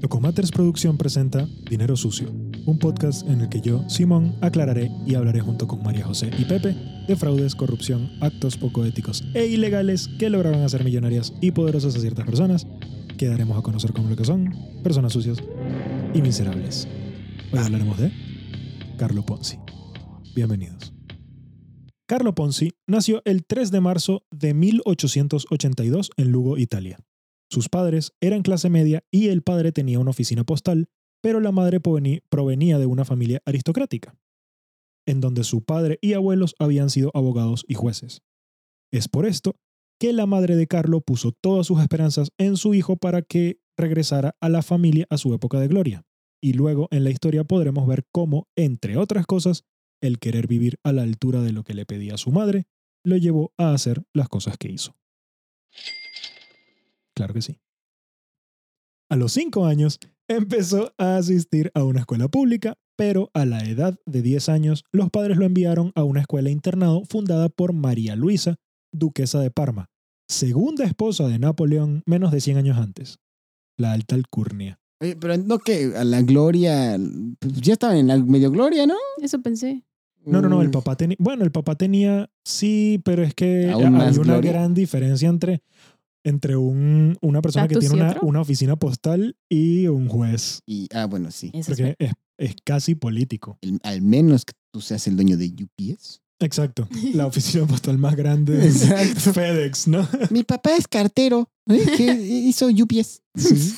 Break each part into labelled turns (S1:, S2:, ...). S1: Docomatters Producción presenta Dinero Sucio, un podcast en el que yo, Simón, aclararé y hablaré junto con María José y Pepe de fraudes, corrupción, actos poco éticos e ilegales que lograron hacer millonarias y poderosas a ciertas personas, que daremos a conocer como lo que son, personas sucias y miserables. Hoy hablaremos de Carlo Ponzi. Bienvenidos. Carlo Ponzi nació el 3 de marzo de 1882 en Lugo, Italia. Sus padres eran clase media y el padre tenía una oficina postal, pero la madre proveni- provenía de una familia aristocrática, en donde su padre y abuelos habían sido abogados y jueces. Es por esto que la madre de Carlo puso todas sus esperanzas en su hijo para que regresara a la familia a su época de gloria. Y luego en la historia podremos ver cómo, entre otras cosas, el querer vivir a la altura de lo que le pedía su madre lo llevó a hacer las cosas que hizo. Claro que sí. A los 5 años empezó a asistir a una escuela pública, pero a la edad de 10 años los padres lo enviaron a una escuela internado fundada por María Luisa, duquesa de Parma, segunda esposa de Napoleón menos de 100 años antes, la alta alcurnia.
S2: Oye, pero no que a la gloria. pues ya estaban en la medio gloria, ¿no?
S3: Eso pensé.
S1: No, no, no, el
S2: Mm,
S1: papá tenía, bueno, el papá tenía, sí, pero es que
S2: Aún
S1: hay
S2: más
S1: una
S2: gloria.
S1: gran diferencia entre, entre un, una persona que
S3: ¿Estatus
S1: tiene
S3: y
S1: una,
S3: otro?
S1: una oficina postal y un juez.
S2: Y, ah, bueno, sí.
S3: Eso es
S1: Porque es, es casi político.
S2: El- al menos que tú seas el dueño de UPS.
S1: Exacto. La oficina postal más grande es
S2: Exacto.
S1: FedEx, ¿no?
S2: Mi papá es cartero. ¿eh? ¿Qué hizo UPS?
S1: Sí.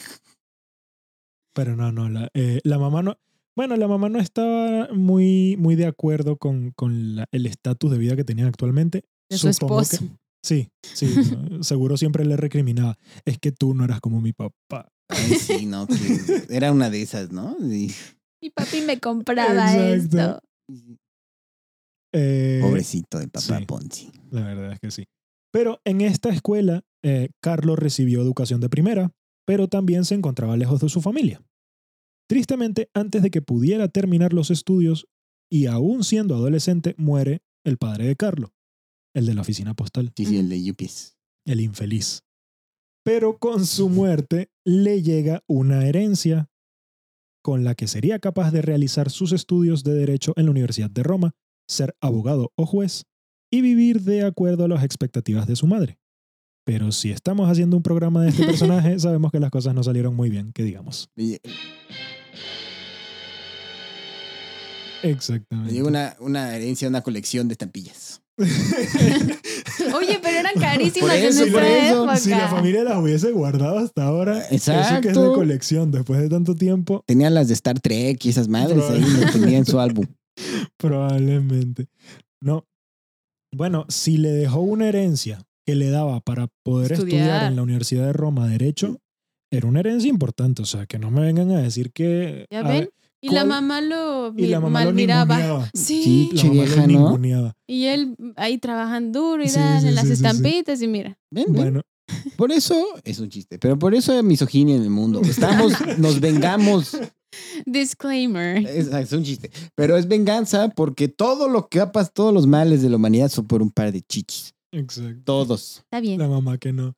S1: Pero no, no. La, eh, la mamá no. Bueno, la mamá no estaba muy, muy de acuerdo con, con la- el estatus de vida que tenían actualmente.
S3: de su
S1: Supongo que-
S3: esposo.
S1: sí, sí. ¿no? Seguro siempre le recriminaba. Es que tú no eras como mi papá.
S2: Ay, sí, no, que era una de esas, ¿no? Y-
S3: Mi papi me compraba
S1: Exacto.
S3: esto.
S1: Eh,
S2: Pobrecito de papá
S1: sí.
S2: Ponzi.
S1: La verdad es que sí. Pero en esta escuela, eh, Carlos recibió educación de primera, pero también se encontraba lejos de su familia. Tristemente, antes de que pudiera terminar los estudios, y aún siendo adolescente, muere el padre de Carlos, el de la oficina postal,
S2: Sí, sí, el de UPS.
S1: el infeliz. Pero con su muerte le llega una herencia con la que sería capaz de realizar sus estudios de derecho en la Universidad de Roma, ser abogado o juez y vivir de acuerdo a las expectativas de su madre. Pero si estamos haciendo un programa de este personaje, sabemos que las cosas no salieron muy bien, que digamos.
S2: Le, le
S1: Exactamente.
S2: llegó una, una herencia, una colección de estampillas.
S3: Oye, pero eran
S2: Por
S3: carísimas
S2: eso,
S3: en
S2: por
S3: nuestra
S2: eso,
S3: época.
S1: si la familia las hubiese guardado hasta ahora, eso que es de
S2: Exacto.
S1: colección después de tanto tiempo,
S2: Tenían las de Star Trek y esas madres ahí, las tenía en su álbum.
S1: Probablemente. No. Bueno, si le dejó una herencia que le daba para poder estudiar,
S3: Estudiar.
S1: en la Universidad de Roma Derecho, era una herencia importante. O sea, que no me vengan a decir que.
S3: ¿Ya
S1: a-
S3: ven? Y la
S1: ¿cuál?
S3: mamá lo
S1: Y la
S3: mi-
S1: mamá lo
S3: malmiraba.
S1: ninguneaba.
S3: Sí.
S1: La
S2: Che
S1: mamá lo
S2: vieja, ¿no?
S1: ninguneaba.
S3: Y él ahí trabajan duro y
S1: Sí,
S3: dan
S1: sí,
S3: en las
S1: sí, sí, sí.
S3: estampitas y mira.
S2: Ven, ven.
S1: Bueno,
S2: Por eso es un chiste, pero por eso hay misoginia en el mundo. Estamos, nos vengamos.
S1: Eh,
S3: Disclaimer.
S2: Es, es un chiste, pero es venganza porque todo lo que ha pasado, todos los males de la humanidad son por un par de chichis.
S1: exacto.
S2: Todos.
S3: Está bien.
S1: La mamá que no.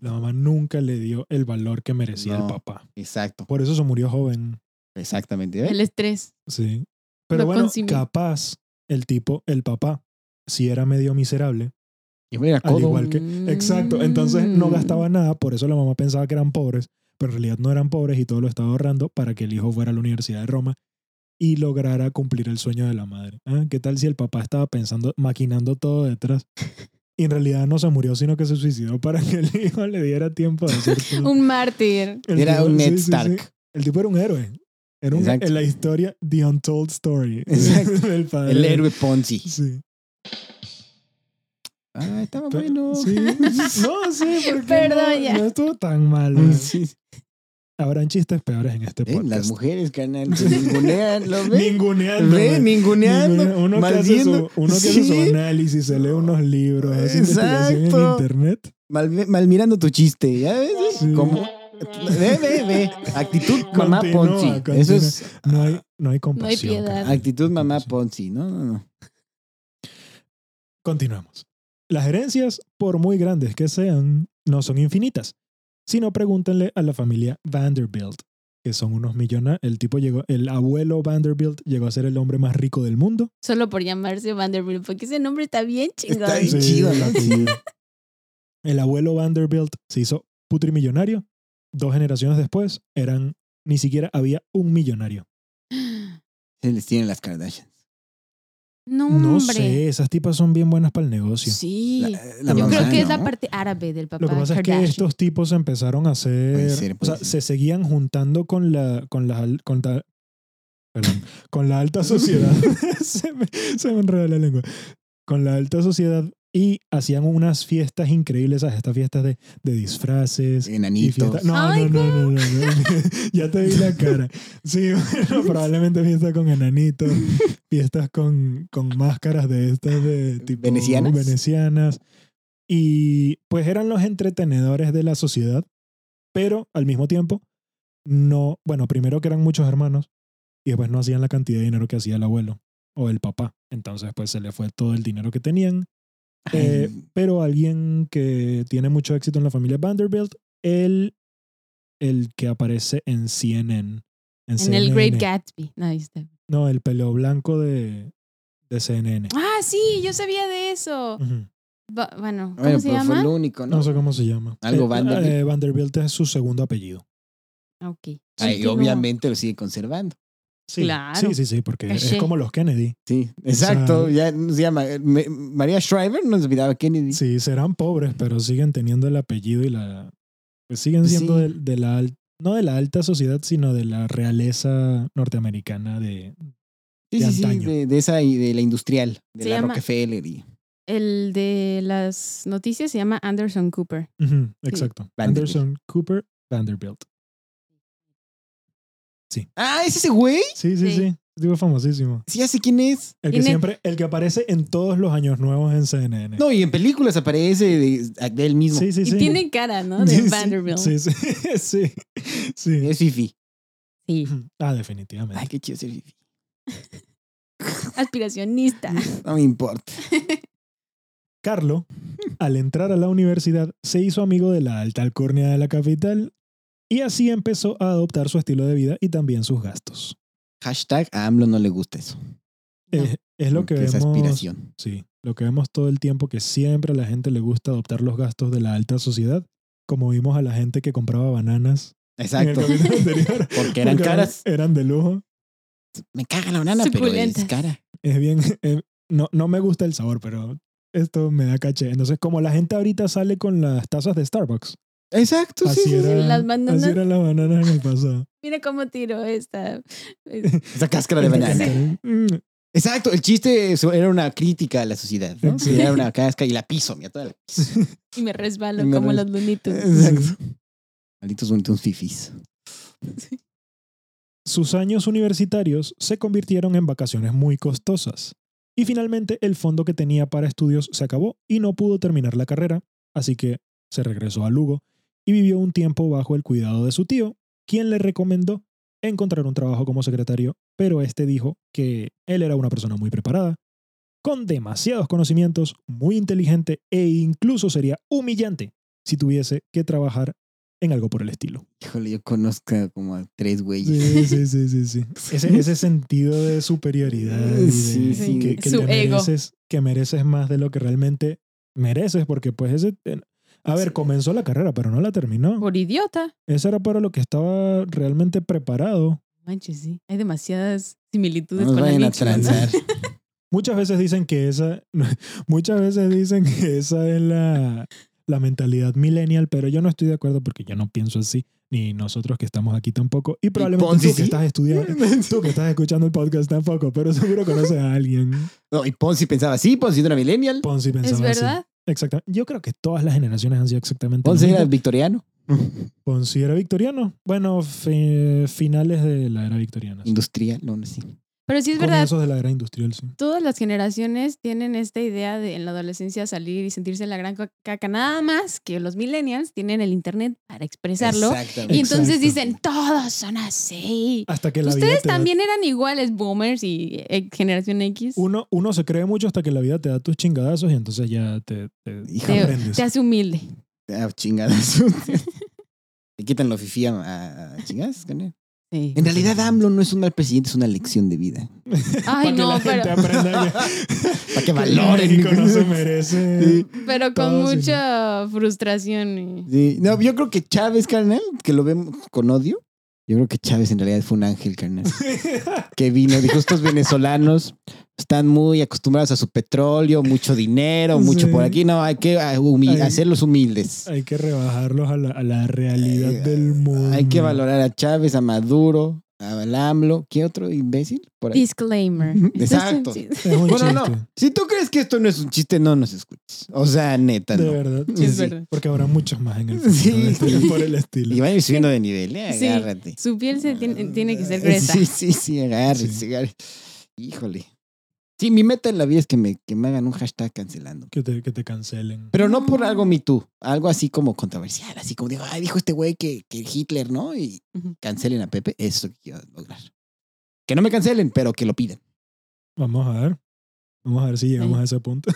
S1: La mamá nunca le dio el valor que merecía
S2: No.
S1: el papá.
S2: Exacto,
S1: Por eso se murió joven.
S2: exactamente. ¿eh?
S3: El estrés.
S1: Sí. Pero
S3: Lo
S1: bueno,
S3: consumió.
S1: capaz el tipo, el papá, si era medio miserable,
S2: Y bueno, era
S1: Al
S2: codo.
S1: igual que. Exacto. Entonces no
S2: Mm.
S3: Mm.
S1: gastaba nada, por eso la mamá pensaba que eran pobres, pero en realidad no eran pobres y todo lo estaba ahorrando para que el hijo fuera a la Universidad de Roma y lograra cumplir el sueño de la madre. Ah, ¿Qué tal si el papá estaba pensando, maquinando todo detrás? Y en realidad no se murió, sino que se suicidó para que el hijo le diera tiempo de hacer todo.
S3: Un mártir.
S1: El
S2: Era
S1: tipo-
S2: un
S1: sí,
S2: Ned
S1: sí, sí.
S2: Stark.
S1: El tipo era un héroe. Era un-
S2: Exacto.
S1: en la historia The Untold Story.
S2: Exacto.
S1: del padre.
S2: El héroe Ponzi.
S1: Sí.
S2: Ah, estaba
S1: Pe-
S2: bueno.
S1: Sí. No, sí, porque
S3: Perdón,
S1: no,
S3: ya.
S1: no estuvo tan mal. ¿eh?
S2: Sí.
S1: Habrán chistes peores en este
S2: Eh, Las
S1: podcast.
S2: mujeres, carnal, se ningunean, ¿lo ven?
S1: Ninguneando.
S2: ¿Ve?
S1: güey.
S2: Ninguneando,
S1: Ningune- Uno, que hace,
S2: maldiendo.
S1: su, uno que hace su
S2: Sí.
S1: análisis, se lee unos libros, hace investigación en
S2: Exacto.
S1: internet.
S2: Mal, mirando tu chiste, ¿ya ves?
S1: Sí.
S2: Como- Ve, ve, ve. Actitud mamá
S1: Continúa,
S2: Ponzi.
S1: continúa.
S2: Eso es
S1: No hay, no hay
S3: No hay
S1: compasión.
S3: piedad.
S1: carajo.
S2: actitud mamá Ponzi. No, no, no.
S1: Continuamos. Las herencias, por muy grandes que sean, no son infinitas, sino pregúntenle a la familia Vanderbilt, que son unos millonarios. El tipo llegó, el abuelo Vanderbilt llegó a ser el hombre más rico del mundo.
S3: Solo por llamarse Vanderbilt, porque ese nombre está bien chingón.
S2: Está bien chido, ¿no?
S1: sí. El abuelo Vanderbilt se hizo putrimillonario. Dos generaciones después eran, ni siquiera había un millonario.
S2: Se les tienen las Kardashians.
S3: No,
S1: No
S3: hombre.
S1: sé, esas tipas son bien buenas para el negocio.
S3: Sí.
S2: La- la
S3: Yo creo
S2: mamá,
S3: que es
S2: ¿no?
S3: la parte árabe del papá.
S1: Lo que pasa es que
S3: Kardashian.
S1: estos tipos empezaron a hacer,
S2: Puede ser,
S1: o sea,
S2: puede ser.
S1: se seguían juntando con la con la al- con la, perdón, con la alta sociedad. se, me, se me enreda la lengua. Con la alta sociedad y hacían unas fiestas increíbles, ¿sabes? estas fiestas de, de disfraces. y fiestas-
S2: Enanitos.
S1: No,
S3: Ay,
S1: no, no, no, no, no. ya te vi la cara. Sí, bueno, probablemente fiestas con enanitos, fiestas con, con máscaras de estas de tipo
S2: ¿Venecianas?
S1: venecianas. Y pues eran los entretenedores de la sociedad, pero al mismo tiempo, no, bueno, primero que eran muchos hermanos y después no hacían la cantidad de dinero que hacía el abuelo o el papá. Entonces pues se le fue todo el dinero que tenían. Eh,
S2: Ay.
S1: pero alguien que tiene mucho éxito en la familia Vanderbilt, el, el que aparece en CNN. En,
S3: En el
S1: CNN.
S3: Great Gatsby. No, ahí está.
S1: No, el pelo blanco de, de CNN.
S3: Ah, sí, yo sabía de eso.
S1: Ujú.
S3: Ba- bueno, ¿cómo
S2: Bueno,
S3: se
S2: pero fue
S3: llama?
S2: lo único, ¿no?
S1: No sé cómo se llama.
S2: Algo
S1: Eh,
S2: Vanderbilt.
S1: eh, Vanderbilt es su segundo apellido.
S3: Ok.
S2: Ay,
S3: Continúa.
S2: obviamente lo sigue conservando.
S1: Sí,
S3: Claro.
S1: sí, sí, sí, porque
S3: Caché.
S1: es como los Kennedy.
S2: Sí,
S1: O
S2: exacto. Ya no se llama. eh, me- María Shriver nos olvidaba Kennedy.
S1: Sí, serán pobres, pero siguen teniendo el apellido y la... Pues siguen
S2: Pues
S1: siendo
S2: sí.
S1: de, de la... al- No de la alta sociedad, sino de la realeza norteamericana de...
S2: Sí,
S1: de
S2: sí, sí,
S1: antaño.
S2: de, de esa y de la industrial, de
S3: Se
S2: la
S3: llama-
S2: Rockefeller y
S3: El de las noticias se llama Anderson Cooper.
S1: Ujú, exacto.
S2: Vanderbilt.
S1: Anderson Cooper Vanderbilt.
S2: Ah, ¿es ese güey?
S1: Sí, sí,
S3: Sí.
S1: sí. Este tipo es famosísimo.
S2: Sí, ya sé quién es.
S1: El que
S3: Tiene-
S1: siempre, el que aparece en todos los años nuevos en CNN.
S2: No, y en películas aparece de, de él mismo.
S1: sí, sí,
S3: Y
S1: sí.
S3: tiene cara, ¿no? De
S1: Sí, sí,
S3: Vanderbilt. Sí.
S1: Sí, sí, sí, sí.
S2: Es Fifi.
S1: Ah,
S2: Ay,
S1: definitivamente.
S2: qué chido ser Fifi.
S3: Aspiracionista.
S2: No me importa.
S1: Carlo, al entrar a la universidad, se hizo amigo de la alta alcurnia de la capital y así empezó a adoptar su estilo de vida y también sus gastos.
S2: Hashtag a AMLO no le gusta eso.
S3: No.
S1: Es, es lo que
S2: Porque
S1: vemos.
S2: Es aspiración.
S1: Sí, lo que vemos todo el tiempo que siempre a la gente le gusta adoptar los gastos de la alta sociedad, como vimos a la gente que compraba bananas
S2: Exacto.
S1: en el capítulo anterior.
S2: Porque eran
S1: porque
S2: caras.
S1: Eran de lujo.
S2: Me caga la banana, pero es
S3: Suculentas.
S2: cara.
S1: Es bien, eh, no, no me gusta el sabor, pero esto me da caché. Entonces, como la gente ahorita sale con las tazas de Starbucks,
S2: Exacto, sí,
S1: así,
S2: sí.
S1: eran,
S3: Las bananas.
S1: así eran las bananas en el pasado.
S3: Mira cómo tiró esta.
S2: Esa cáscara de banana.
S1: Mm,
S2: Exacto, el chiste es- era una crítica a la sociedad, ¿no?
S1: Sí.
S2: Era una casca y la piso, mira, toda la piso.
S3: Y me resbalo
S2: Y me
S3: como
S2: res-
S3: los lunitos.
S2: Exacto. Malditos bonitos fifis.
S1: Sus años universitarios se convirtieron en vacaciones muy costosas. Y finalmente el fondo que tenía para estudios se acabó y no pudo terminar la carrera, así que se regresó a Lugo y vivió un tiempo bajo el cuidado de su tío, quien le recomendó encontrar un trabajo como secretario, pero este dijo que él era una persona muy preparada, con demasiados conocimientos, muy inteligente e incluso sería humillante si tuviese que trabajar en algo por el estilo.
S2: Híjole, yo conozco como a tres güeyes.
S1: Sí, sí, sí, sí, sí. Ese, ese sentido de superioridad y de-
S2: Sí, sí.
S1: Que, que
S3: Su
S1: te
S3: ego.
S1: mereces, que mereces más de lo que realmente mereces, porque pues ese... eh, A ver, comenzó la carrera, pero no la terminó.
S3: Por idiota.
S1: Eso era para lo que estaba realmente preparado.
S3: Manches, sí. Hay demasiadas similitudes
S2: No nos
S3: con
S2: vayan a
S3: Alex.
S2: transar.
S1: Muchas veces dicen que esa... Muchas veces dicen que esa es la, la mentalidad millennial, pero yo no estoy de acuerdo porque yo no pienso así, ni nosotros que estamos aquí tampoco, y probablemente
S2: Ponzi
S1: tú que
S2: sí.
S1: estás estudiando... Tú que estás escuchando el podcast tampoco, pero seguro conoces a alguien.
S2: No, y Ponzi pensaba así, Ponzi era millennial.
S1: Ponzi pensaba
S3: ¿Es verdad?
S1: así. Exactamente. Yo creo que todas las generaciones han sido exactamente
S2: Ponzi
S1: lo
S2: era
S1: mismo.
S2: victoriano,
S1: Ponzi era victoriano. Bueno, fi- finales de la era victoriana. sí.
S2: industrial, no, no sí.
S3: Pero sí es verdad.
S1: Comienzos de la era industrial, sí.
S3: Todas las generaciones tienen esta idea de en la adolescencia salir y sentirse la gran ca- caca. Nada más que los millennials tienen el internet para expresarlo.
S2: Exactamente.
S3: Y entonces
S1: Exacto.
S3: dicen, todos son así.
S1: Hasta que la vida
S3: Ustedes
S1: te da-
S3: también eran iguales, boomers y eh, generación X.
S1: uno, uno se cree mucho hasta que la vida te da tus chingadazos y entonces ya te, te-
S2: Hijo,
S1: te
S3: Te-
S1: aprendes.
S3: Te hace humilde.
S2: Ah, chingadas. Te quitan lo fifí a, a- a chingadas, con él.
S3: Sí.
S2: En realidad, AMLO no es un mal presidente, es una lección de vida.
S1: Para
S3: Ay,
S1: que
S3: no,
S1: la gente
S3: pero,
S1: aprenda
S2: Para que
S1: que México no se merece.
S2: Sí.
S3: pero con
S1: Todo, sí,
S3: mucha frustración. y-
S2: Sí, No, yo creo que Chávez, carnal, que lo vemos con odio. Yo creo que Chávez en realidad fue un ángel, carnal. que vino, dijo, estos venezolanos están muy acostumbrados a su petróleo, mucho dinero, mucho
S1: Sí.
S2: por aquí. No, hay que ah, humi-
S1: Ay.
S2: hacerlos humildes.
S1: Hay que rebajarlos a la, a la realidad
S2: Eh,
S1: del mundo.
S2: Hay que valorar a Chávez, a Maduro, a AMLO. ¿Qué otro imbécil? Por ahí.
S3: Disclaimer.
S2: Exacto.
S3: Sí,
S1: Es un
S2: Bueno,
S1: chiste,
S2: no. Si tú crees que esto no es un chiste, no nos escuches. O sea, neta,
S1: De
S2: no.
S1: verdad.
S3: sí, es
S2: Sí.
S3: verdad.
S1: Porque habrá muchos más en el futuro.
S2: Sí.
S1: Sí. Por el
S2: Y
S1: estilo.
S2: van a ir subiendo de nivel, eh,
S3: Sí.
S2: agárrate.
S3: Su piel se tiene, tiene
S1: Ah,
S3: que ser
S2: Eh,
S3: gruesa.
S2: Sí, sí, sí, agárrate,
S1: Sí.
S2: agárrate. Híjole. Sí, mi meta en la vida es que me, que me hagan un hashtag cancelando.
S1: Que te, que te cancelen.
S2: Pero no
S3: Mm.
S2: por algo Me Too, algo así como controversial, así como digo, ay, dijo este güey que, que Hitler, ¿no? Y
S3: Ujú.
S2: cancelen a Pepe, eso que quiero lograr. Que no me cancelen, pero que lo pidan.
S1: Vamos a ver. Vamos a ver si llegamos a ese punto.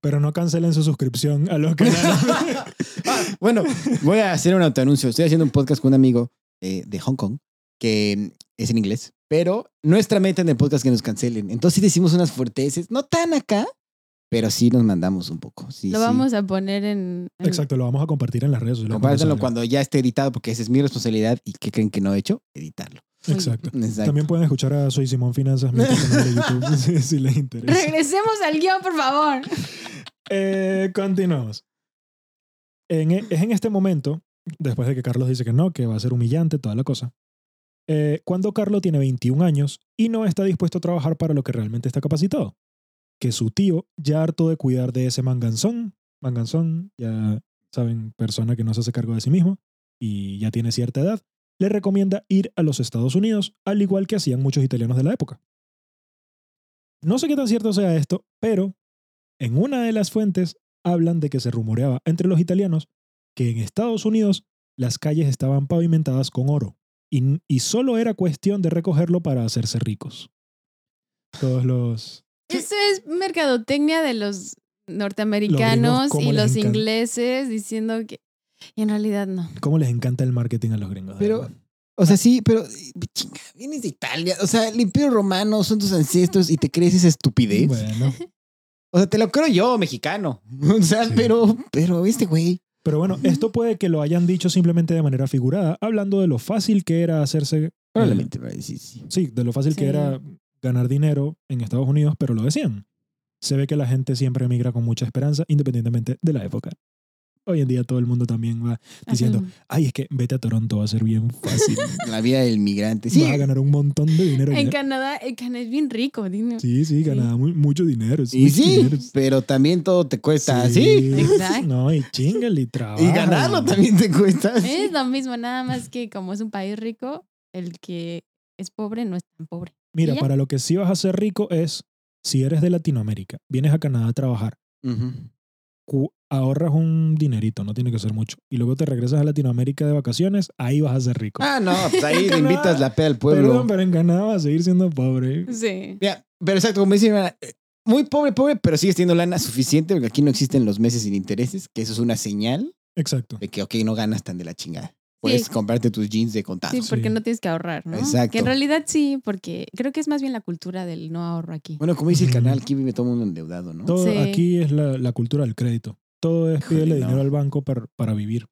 S1: Pero no cancelen su suscripción a los canales.
S2: Ah, bueno, voy a hacer un autoanuncio. Estoy haciendo un podcast con un amigo eh, de Hong Kong que mm, es en inglés, pero nuestra meta en el podcast es que nos cancelen. Entonces sí decimos unas fuerteces, no tan acá, pero sí nos mandamos un poco. Sí,
S3: Lo
S2: sí.
S3: vamos a poner en. en-
S1: Exacto, lo vamos a compartir en las redes sociales.
S2: Compártanlo
S1: salga.
S2: cuando ya esté editado, porque esa es mi responsabilidad. ¿Y qué creen que no he hecho? Editarlo.
S1: Exacto.
S2: Exacto.
S1: También pueden escuchar a Soy Simón Finanzas, mi canal de YouTube, si, si les interesa.
S3: Regresemos al guión, por favor.
S1: Eh, continuamos. En, e- es en este momento, después de que Carlos dice que no, que va a ser humillante, toda la cosa, eh, cuando Carlos tiene 21 años y no está dispuesto a trabajar para lo que realmente está capacitado. Que su tío, ya harto de cuidar de ese manganzón, manganzón, ya saben, persona que no se hace cargo de sí mismo y ya tiene cierta edad, le recomienda ir a los Estados Unidos, al igual que hacían muchos italianos de la época. No sé qué tan cierto sea esto, pero en una de las fuentes hablan de que se rumoreaba entre los italianos que en Estados Unidos las calles estaban pavimentadas con oro y, y solo era cuestión de recogerlo para hacerse ricos. Todos los...
S3: Eso es mercadotecnia de los norteamericanos
S1: cómo
S3: y
S1: les
S3: los
S1: encanta.
S3: ingleses diciendo que. Y en realidad no.
S1: ¿Cómo les encanta el marketing a los gringos? de
S2: Pero-
S1: verdad?
S2: O sea, sí, pero eh, chinga, vienes de Italia. O sea, el Imperio Romano son tus ancestros y te crees esa estupidez.
S1: Bueno,
S2: O sea, te lo creo yo, mexicano. O sea,
S1: Sí.
S2: pero, pero este güey.
S1: pero bueno, esto puede que lo hayan dicho simplemente de manera figurada, hablando de lo fácil que era hacerse... eh,
S2: Probablemente, pero sí, sí.
S1: Sí, de lo fácil
S3: Sí.
S1: que era ganar dinero en Estados Unidos, pero lo decían. Se ve que la gente siempre emigra con mucha esperanza, independientemente de la época. Hoy en día todo el mundo también va diciendo, ay, es que vete a Toronto, va a ser bien fácil.
S2: La vida del migrante. Sí.
S1: Vas a ganar un montón de dinero.
S3: En
S1: allá".
S3: Canadá, en Canadá es bien rico, dime.
S1: Sí, sí, ganaba mu- mucho dinero.
S2: Y
S1: mucho
S2: sí,
S1: dinero.
S2: pero también todo te cuesta así.
S3: Exacto.
S1: No, y chingale y trabaja.
S2: Y ganarlo también te cuesta así.
S3: Es lo mismo, nada más que como es un país rico, el que es pobre no es tan pobre.
S1: Mira,
S3: Y ya.
S1: para lo que sí vas a ser rico es, si eres de Latinoamérica, vienes a Canadá a trabajar,
S2: Ujú.
S1: cu- ahorras un dinerito, no tiene que ser mucho. Y luego te regresas a Latinoamérica de vacaciones, ahí vas a ser rico.
S2: Ah, no, pues ahí le
S1: Canadá.
S2: invitas la pea al pueblo. Mm.
S1: Perdón, pero en Canadá vas a seguir siendo pobre.
S3: Sí.
S2: Mira, pero exacto, como dice mi hermana, eh, muy pobre, pobre, pero sigues teniendo lana suficiente porque aquí no existen los meses sin intereses, que eso es una señal
S1: Exacto.
S2: de que, ok, no ganas tan de la chingada. Puedes
S3: Sí.
S2: comprarte tus jeans de contado.
S3: Sí, porque
S1: Ah, sí.
S3: no tienes que ahorrar, ¿no?
S2: Exacto.
S3: Que en realidad sí, porque creo que es más bien la cultura del no ahorro aquí.
S2: Bueno, como dice el
S1: Ujú.
S2: canal, aquí vive todo el mundo endeudado, ¿no?
S1: Todo
S3: Sí.
S1: aquí es la, la cultura del crédito. Todo es
S2: Híjole,
S1: pídele
S2: no.
S1: dinero al banco para, para vivir.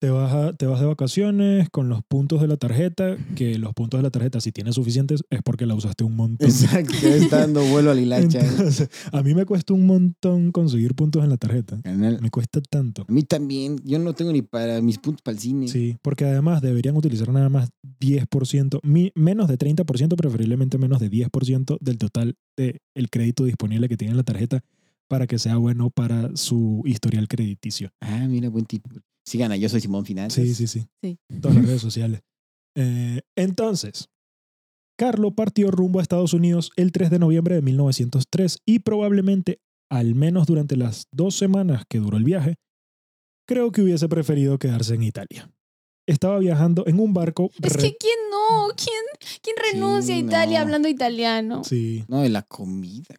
S1: Te vas, a- te vas de vacaciones con los puntos de la tarjeta, que los puntos de la tarjeta, si tienes suficientes, es porque la usaste un montón.
S2: Exacto, es dando vuelo a la hilacha. ¿eh?
S1: Entonces, a mí me cuesta un montón conseguir puntos en la tarjeta.
S2: Canal.
S1: Me cuesta tanto.
S2: A mí también, yo no tengo ni para mis puntos para el cine.
S1: Sí, porque además deberían utilizar nada más 10%, mi- menos de 30%, preferiblemente menos de 10% del total del crédito disponible que tiene la tarjeta para que sea bueno para su historial crediticio.
S2: Ah, mira, buen tipo. Sigan a Yo Soy Simón Finanzas.
S1: Sí, sí, sí.
S3: Sí.
S1: Todas las redes sociales. Eh, entonces, Carlo partió rumbo a Estados Unidos el 3 de noviembre de 1903 y probablemente, al menos durante las dos semanas que duró el viaje, creo que hubiese preferido quedarse en Italia. Estaba viajando en un barco.
S3: Es
S1: re-
S3: que ¿quién no? ¿Quién, quién renuncia a
S2: no.
S3: Italia hablando italiano?
S1: Sí,
S2: No, de la comida,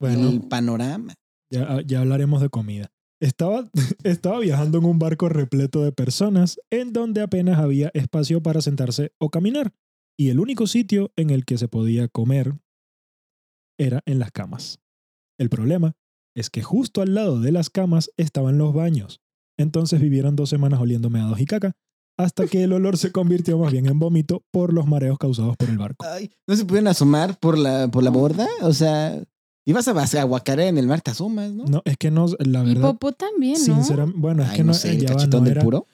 S1: bueno,
S2: el panorama.
S1: ya, ya ah, hablaremos de comida. Estaba, estaba viajando en un barco repleto de personas en donde apenas había espacio para sentarse o caminar. Y el único sitio en el que se podía comer era en las camas. El problema es que justo al lado de las camas estaban los baños. Entonces vivieron dos semanas oliendo meados y caca, hasta que el olor se convirtió más bien en vómito por los mareos causados por el barco.
S2: Ay, ¿No se pudieron asomar por la, por la borda? O sea, ibas a, a guacarear en el mar, te asomas, ¿no?
S1: No, es que no, la
S3: Y
S1: verdad,
S3: Popó también, ¿no?
S1: sinceramente, bueno, es
S2: Ay,
S1: que
S2: no
S1: no, eh,
S2: sé, el
S1: ya va,
S2: cachetón
S1: no
S2: del
S1: era,
S2: puro.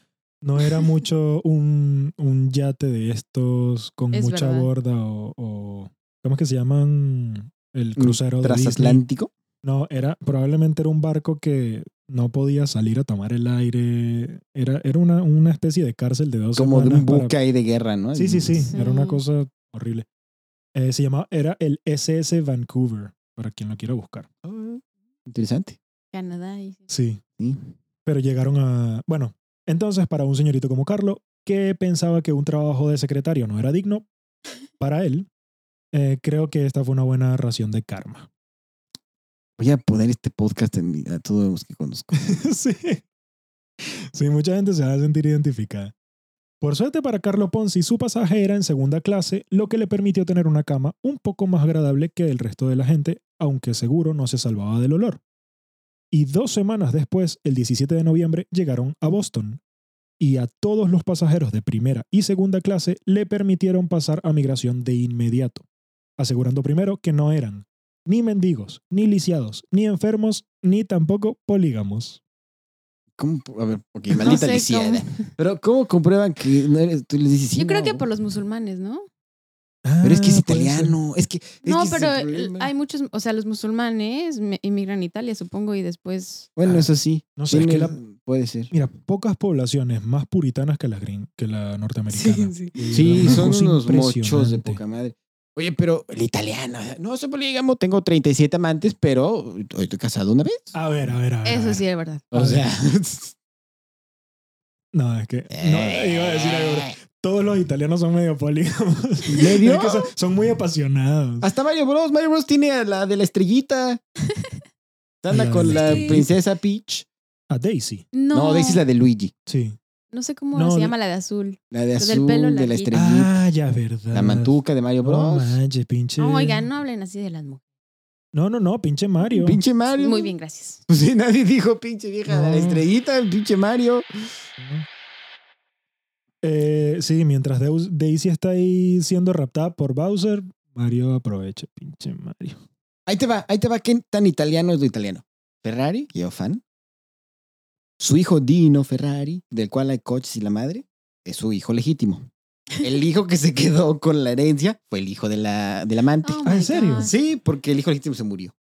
S1: no era mucho un, un yate de estos con
S3: Es
S1: mucha
S3: verdad.
S1: borda o, o- ¿Cómo es que se llaman?
S2: Mm,
S1: El crucero de Disney.
S2: Transatlántico.
S1: No, era, probablemente era un barco que no podía salir a tomar el aire. Era, era una, una especie de cárcel de dos
S2: Como de
S1: semanas
S2: un
S1: para-
S2: buque ahí de guerra, ¿no?
S1: Sí, sí, sí,
S3: Sí.
S1: Era una cosa horrible. Eh, se llamaba, era el SS Vancouver, para quien lo quiera buscar.
S2: Interesante.
S3: Canadá. y-
S1: Sí.
S2: Sí.
S1: Pero llegaron a. Bueno, entonces, para un señorito como Carlo, que pensaba que un trabajo de secretario no era digno para él, eh, creo que esta fue una buena ración de karma.
S2: Voy a poner este podcast en mi- a todos los que conozco.
S1: sí. Sí, mucha gente se va a sentir identificada. Por suerte para Carlo Ponzi, su pasaje era en segunda clase, lo que le permitió tener una cama un poco más agradable que el resto de la gente, aunque seguro no se salvaba del olor. Y dos semanas después, el 17 de noviembre, llegaron a Boston. Y a todos los pasajeros de primera y segunda clase le permitieron pasar a migración de inmediato, asegurando primero que no eran ni mendigos, ni lisiados, ni enfermos, ni tampoco polígamos.
S2: ¿Cómo? A ver, ok, maldita
S3: sé
S1: ¿eh?
S2: lisiada. Pero ¿cómo comprueban que no eres? Tú les dices, sí,
S3: Yo creo
S2: no.
S3: que por los musulmanes, ¿no?
S2: Pero es que es
S1: Ah, puede ser.
S2: italiano. Es que. es que
S3: no,
S2: ese es
S3: pero
S2: el
S3: el-
S2: problema.
S3: hay muchos, o sea, los musulmanes me- inmigran a Italia, supongo, y después...
S2: Bueno, eso sí.
S1: No sé, es
S2: Tiene-
S1: que la,
S2: Puede ser.
S1: mira, pocas poblaciones más puritanas que la, gring, que la norteamericana.
S3: sí.
S2: Sí,
S1: Una
S2: son
S1: cosa
S2: unos mochos de
S1: impresionante.
S2: poca madre. Oye, pero el italiano. o sea, No soy polígamo, tengo 37 amantes, pero hoy estoy casado una vez.
S1: A ver, a ver, a ver. a
S3: Eso
S1: ver.
S3: sí es verdad.
S1: A
S2: O sea.
S1: No, es que no,
S3: Eh.
S1: iba a decir algo. pero Todos los italianos son medio polígamos.
S2: ¿Medio?
S1: Es que son, son muy apasionados.
S2: Hasta Mario Bros. Mario Bros. tiene a la de la estrellita. Anda
S1: La
S2: con
S1: de
S2: la
S1: la
S2: princesa Peach.
S1: A Daisy.
S3: No,
S2: No,
S3: no,
S2: esa es la de Luigi.
S1: Sí.
S3: sé cómo
S1: No,
S3: se
S1: de-
S3: llama la de azul.
S2: La de
S3: La del
S2: azul,
S3: pelo
S2: de la
S3: larguito.
S2: estrellita.
S1: Ah, ya, verdad.
S2: La mantuca de Mario
S1: No
S2: Bros.
S1: manches, pinche.
S3: No, oigan, no hablen así de las mujeres.
S1: No, no, no, pinche Mario.
S2: Pinche Mario.
S3: Muy bien, gracias.
S2: Pues sí, nadie dijo pinche vieja de la
S1: No.
S2: estrellita, pinche Mario.
S1: Eh, sí, mientras Deus- Daisy está ahí siendo raptada por Bowser, Mario aprovecha, pinche Mario.
S2: Ahí te va, ahí te va. ¿Qué tan italiano es lo italiano? Ferrari, que yo fan. Su hijo Dino Ferrari, del cual hay coches y la madre, es su hijo legítimo. El hijo que se quedó con la herencia fue el hijo de la, del amante.
S3: Oh
S1: Ah, ¿en
S3: my
S1: serio?
S3: God.
S2: Sí, porque el hijo legítimo se murió.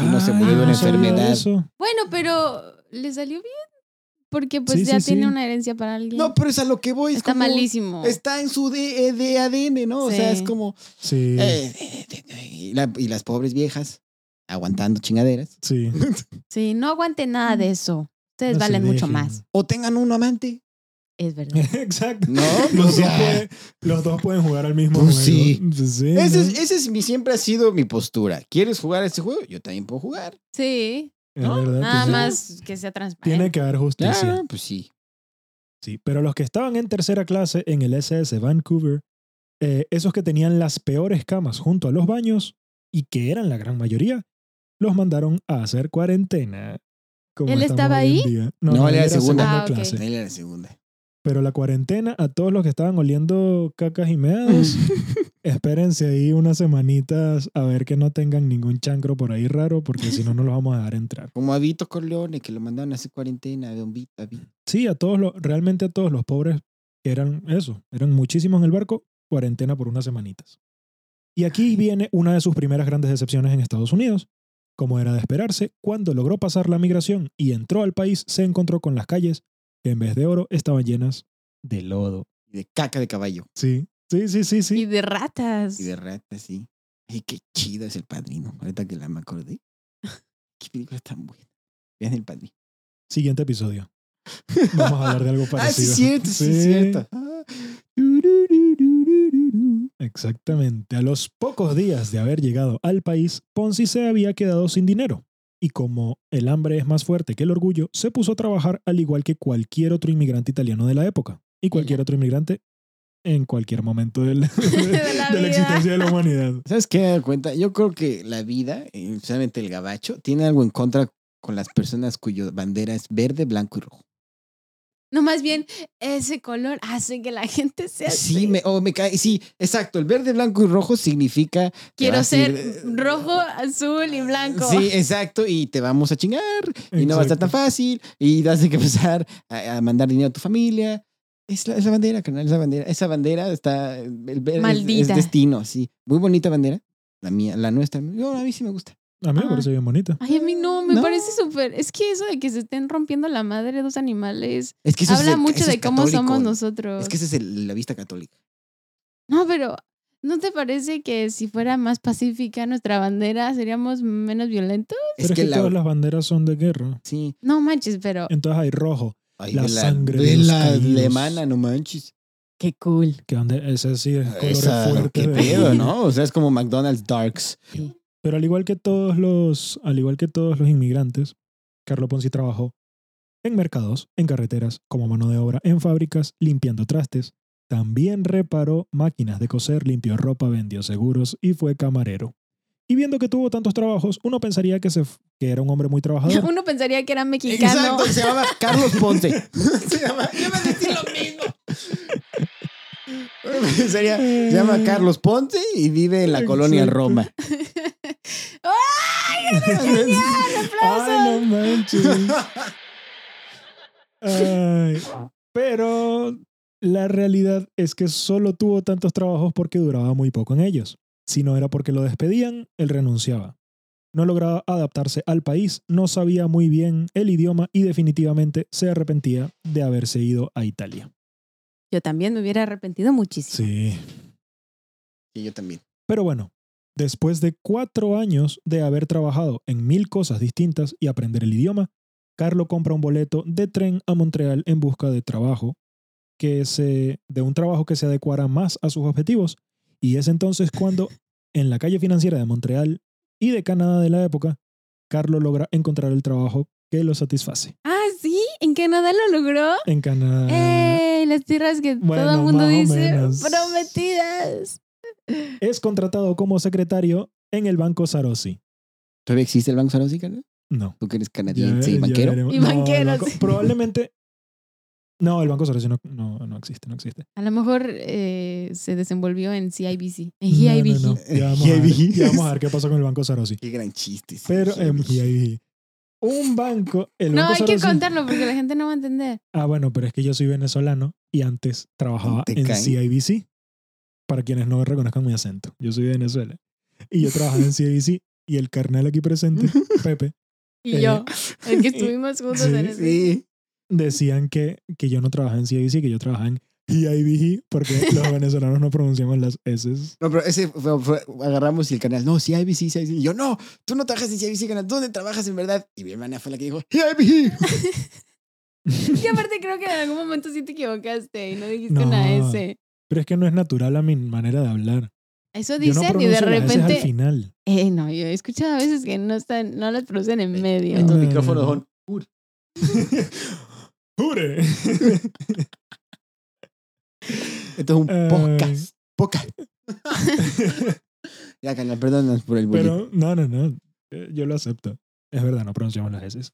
S2: Y no se murió
S3: de
S1: yo
S3: una
S1: Ah, sabía
S2: enfermedad.
S1: eso.
S3: Bueno, pero le salió bien. Porque pues
S1: Sí,
S3: ya
S1: sí,
S3: tiene
S1: sí.
S3: una herencia para alguien.
S2: No, pero es a lo que voy. es
S3: Está
S2: como-
S3: malísimo.
S2: Está en su D- eh, D- ADN, ¿no? O
S3: Sí.
S2: sea, es como.
S1: Sí,
S2: eh, eh, eh, eh, y, la- y las pobres viejas aguantando chingaderas.
S1: sí.
S3: Sí, no aguante nada de eso. Ustedes
S1: No se
S3: valen mucho
S1: dejen.
S3: más.
S2: O tengan un amante.
S3: Es verdad.
S1: Exacto.
S2: No, o
S1: Los, dos
S2: sea,
S1: pueden, los dos pueden jugar al mismo
S2: Pues
S1: juego.
S2: sí.
S1: Pues sí,
S2: Ese es,
S1: ¿no?
S2: ese es mi, siempre ha sido mi postura. ¿Quieres jugar a este juego? Yo también puedo jugar.
S3: Sí.
S1: Es
S2: ¿no?
S1: verdad,
S3: Nada
S1: pues sí.
S3: más eh, que
S1: Tiene
S3: sea transparente.
S1: que haber
S2: Ah,
S1: justicia.
S2: pues sí.
S1: Sí, pero los que estaban en tercera clase en el SS Vancouver, eh, esos que tenían las peores camas junto a los baños y que eran la gran mayoría, los mandaron a hacer cuarentena. como
S3: ¿Él
S1: estamos
S3: estaba
S1: hoy en
S3: ahí?
S1: día.
S2: No, él era segunda.
S3: Ah, ok.
S1: clase.
S2: Dale a la segunda.
S1: Pero la cuarentena a todos los que estaban oliendo cacas y meados, espérense ahí unas semanitas a ver que no tengan ningún chancro por ahí raro, porque si no, no los vamos a dejar entrar.
S2: Como a Vito Corleone, que lo mandaron a hacer cuarentena. a Don Vito, a Vito.
S1: Sí, a todos los, realmente a todos los pobres que eran eso, eran muchísimos en el barco, cuarentena por unas semanitas. Y aquí viene una de sus primeras grandes decepciones en Estados Unidos. Como era de esperarse, cuando logró pasar la migración y entró al país, se encontró con las calles que en vez de oro estaban llenas de lodo.
S2: Y de caca de caballo.
S1: Sí, sí, sí, sí, sí.
S3: Y de ratas.
S2: Y de rata, sí. Ay, qué chido es el padrino. Ahorita que la me acordé. Qué película tan buena. Vean el padrino.
S1: Siguiente episodio. Vamos a hablar de algo
S2: Ah, sí,
S1: parecido.
S2: es cierto, sí, es
S1: Sí.
S2: cierto. Ah. Turururururu.
S1: Exactamente. A los pocos días de haber llegado al país, Ponzi se había quedado sin dinero y como el hambre es más fuerte que el orgullo, se puso a trabajar al igual que cualquier otro inmigrante italiano de la época y cualquier otro inmigrante en cualquier momento del- de la
S3: la vida.
S1: existencia de la humanidad.
S2: ¿Sabes qué me he dado cuenta? Yo creo que la vida, y especialmente el gabacho, tiene algo en contra con las personas cuya bandera es verde, blanco y rojo.
S3: No, más bien, ese color hace que la gente sea.
S2: Sí,
S3: así.
S2: me, oh, me cae. Sí, exacto. El verde, blanco y rojo significa. te
S3: Quiero
S2: vas a ir-
S3: ser rojo, azul y blanco.
S2: eh, Sí, exacto. Y te vamos a chingar. Y no va a estar tan
S1: Exacto.
S2: fácil. Y vas a tener que empezar a, a mandar dinero a tu familia. Es la, es la bandera, carnal. Es la bandera. Esa bandera está. el verde es- Es,
S3: Maldita.
S2: destino, sí. Muy bonita bandera. La mía, la nuestra. Yo, a mí sí me gusta.
S1: A mí me
S3: Ah.
S1: parece bien bonita.
S3: Ay, a mí no, me
S2: No.
S3: parece súper. Es que eso de que se estén rompiendo la madre dos animales
S2: Es que eso es
S3: habla
S2: el-
S3: mucho
S2: eso es
S3: de cómo
S2: católico.
S3: somos nosotros.
S2: Es que esa es el- la vista católica.
S3: No, pero ¿no te parece que si fuera más pacífica nuestra bandera seríamos menos violentos?
S1: Pero
S2: es que la.
S1: todas las banderas son de guerra.
S2: Sí.
S3: No manches, pero
S1: Entonces hay rojo,
S2: Ay,
S1: La
S2: de
S1: sangre de
S2: de
S1: los
S2: la
S1: caídos.
S2: alemana, no manches.
S3: qué cool.
S1: que donde ese sí es color
S2: Esa,
S1: fuerte.
S2: qué
S1: de-
S2: pedo, ¿no? O sea, es como McDonald's Darks.
S1: Pero al igual que todos los, al igual que todos los inmigrantes, Carlo Ponzi trabajó en mercados, en carreteras, como mano de obra, en fábricas, limpiando trastes. También reparó máquinas de coser, limpió ropa, vendió seguros y fue camarero. Y viendo que tuvo tantos trabajos, uno pensaría que, se, f- que era un hombre muy trabajador.
S3: Uno pensaría que era mexicano.
S2: Oh. Exacto, se llama Carlos Ponte. se llama. Yo me decir lo mismo. Sería, se llama Carlos Ponte y vive en la colonia
S1: Exacto.
S2: Roma.
S1: ¡Ay, no manches! Ay, pero la realidad es que solo tuvo tantos trabajos porque duraba muy poco en ellos. Si no era porque lo despedían, él renunciaba. No lograba adaptarse al país, no sabía muy bien el idioma y definitivamente se arrepentía de haberse ido a Italia.
S3: Yo también me hubiera arrepentido muchísimo.
S1: Sí.
S2: Y yo también.
S1: Pero bueno, después de cuatro años de haber trabajado en mil cosas distintas y aprender el idioma, Carlo compra un boleto de tren a Montreal en busca de trabajo, que se, de un trabajo que se adecuara más a sus objetivos. Y es entonces cuando, en la calle financiera de Montreal y de Canadá de la época, Carlo logra encontrar el trabajo que lo satisface.
S3: Ah, sí, en Canadá lo logró.
S1: En Canadá.
S3: ¡Ey! Las tierras que
S1: bueno,
S3: todo el mundo
S1: más o
S3: dice
S1: menos.
S3: prometidas.
S1: Es contratado como secretario en el Banco Sarossi.
S2: ¿Todavía existe el Banco Sarosí, Carlos?
S1: No.
S2: Tú que eres
S1: Ya
S2: canadiense
S1: ve-
S2: y
S1: ya
S2: banquero.
S1: veremos.
S3: Y
S1: el
S3: banquero,
S1: banco-
S3: sí.
S1: probablemente. No, el Banco Sorosio no, no, no existe, no existe.
S3: A lo mejor eh, se desenvolvió en CIBC. En
S1: No,
S3: GIBG.
S1: no, no. Ya, vamos a ver, ya vamos a ver qué pasó con el Banco Sarosi.
S2: Qué gran chiste. sí,
S1: Pero em,
S2: sí,
S1: en
S2: sí.
S1: GIBG, Un banco. El
S3: No,
S1: banco
S3: hay que
S1: Sarosi-
S3: contarlo porque la gente no va a entender.
S1: Ah, bueno, pero es que yo soy venezolano y antes trabajaba
S2: Te
S1: en
S2: caen.
S1: CIBC. Para quienes no reconozcan mi acento, yo soy de Venezuela. Y yo trabajaba en CIBC y el carnal aquí presente, Pepe,
S3: Y
S1: Eh,
S3: yo, el que estuvimos juntos en ese.
S2: Sí.
S1: decían que, que yo no trabajaba en CIBC, que yo trabajaba en E GIBG porque los venezolanos no pronunciamos las S.
S2: No, pero ese fue, fue- agarramos y el canal, no, CIBC, CIBC. Y yo, no, tú no trabajas en CIBC, canal, ¿dónde trabajas en verdad? Y mi hermana fue la que dijo, CIBC.
S3: Y aparte creo que en algún momento sí te equivocaste y no dijiste
S1: No.
S3: una S.
S1: Pero es que no es natural a mi manera de hablar.
S3: Eso
S1: Yo no
S3: dicen y de
S1: pronuncio las S al
S3: repente...
S1: final.
S3: Eh, no, yo he escuchado a veces que no están, no las producen en medio.
S1: No,
S2: Estos
S1: no, no.
S2: micrófonos son
S1: ¡Jure!
S2: Esto es un
S1: Ay.
S2: podcast. Poca. ya, canal, perdónanos por el bullying.
S1: Pero no, no, no. Eh, Yo lo acepto. Es verdad, no pronunciamos las S.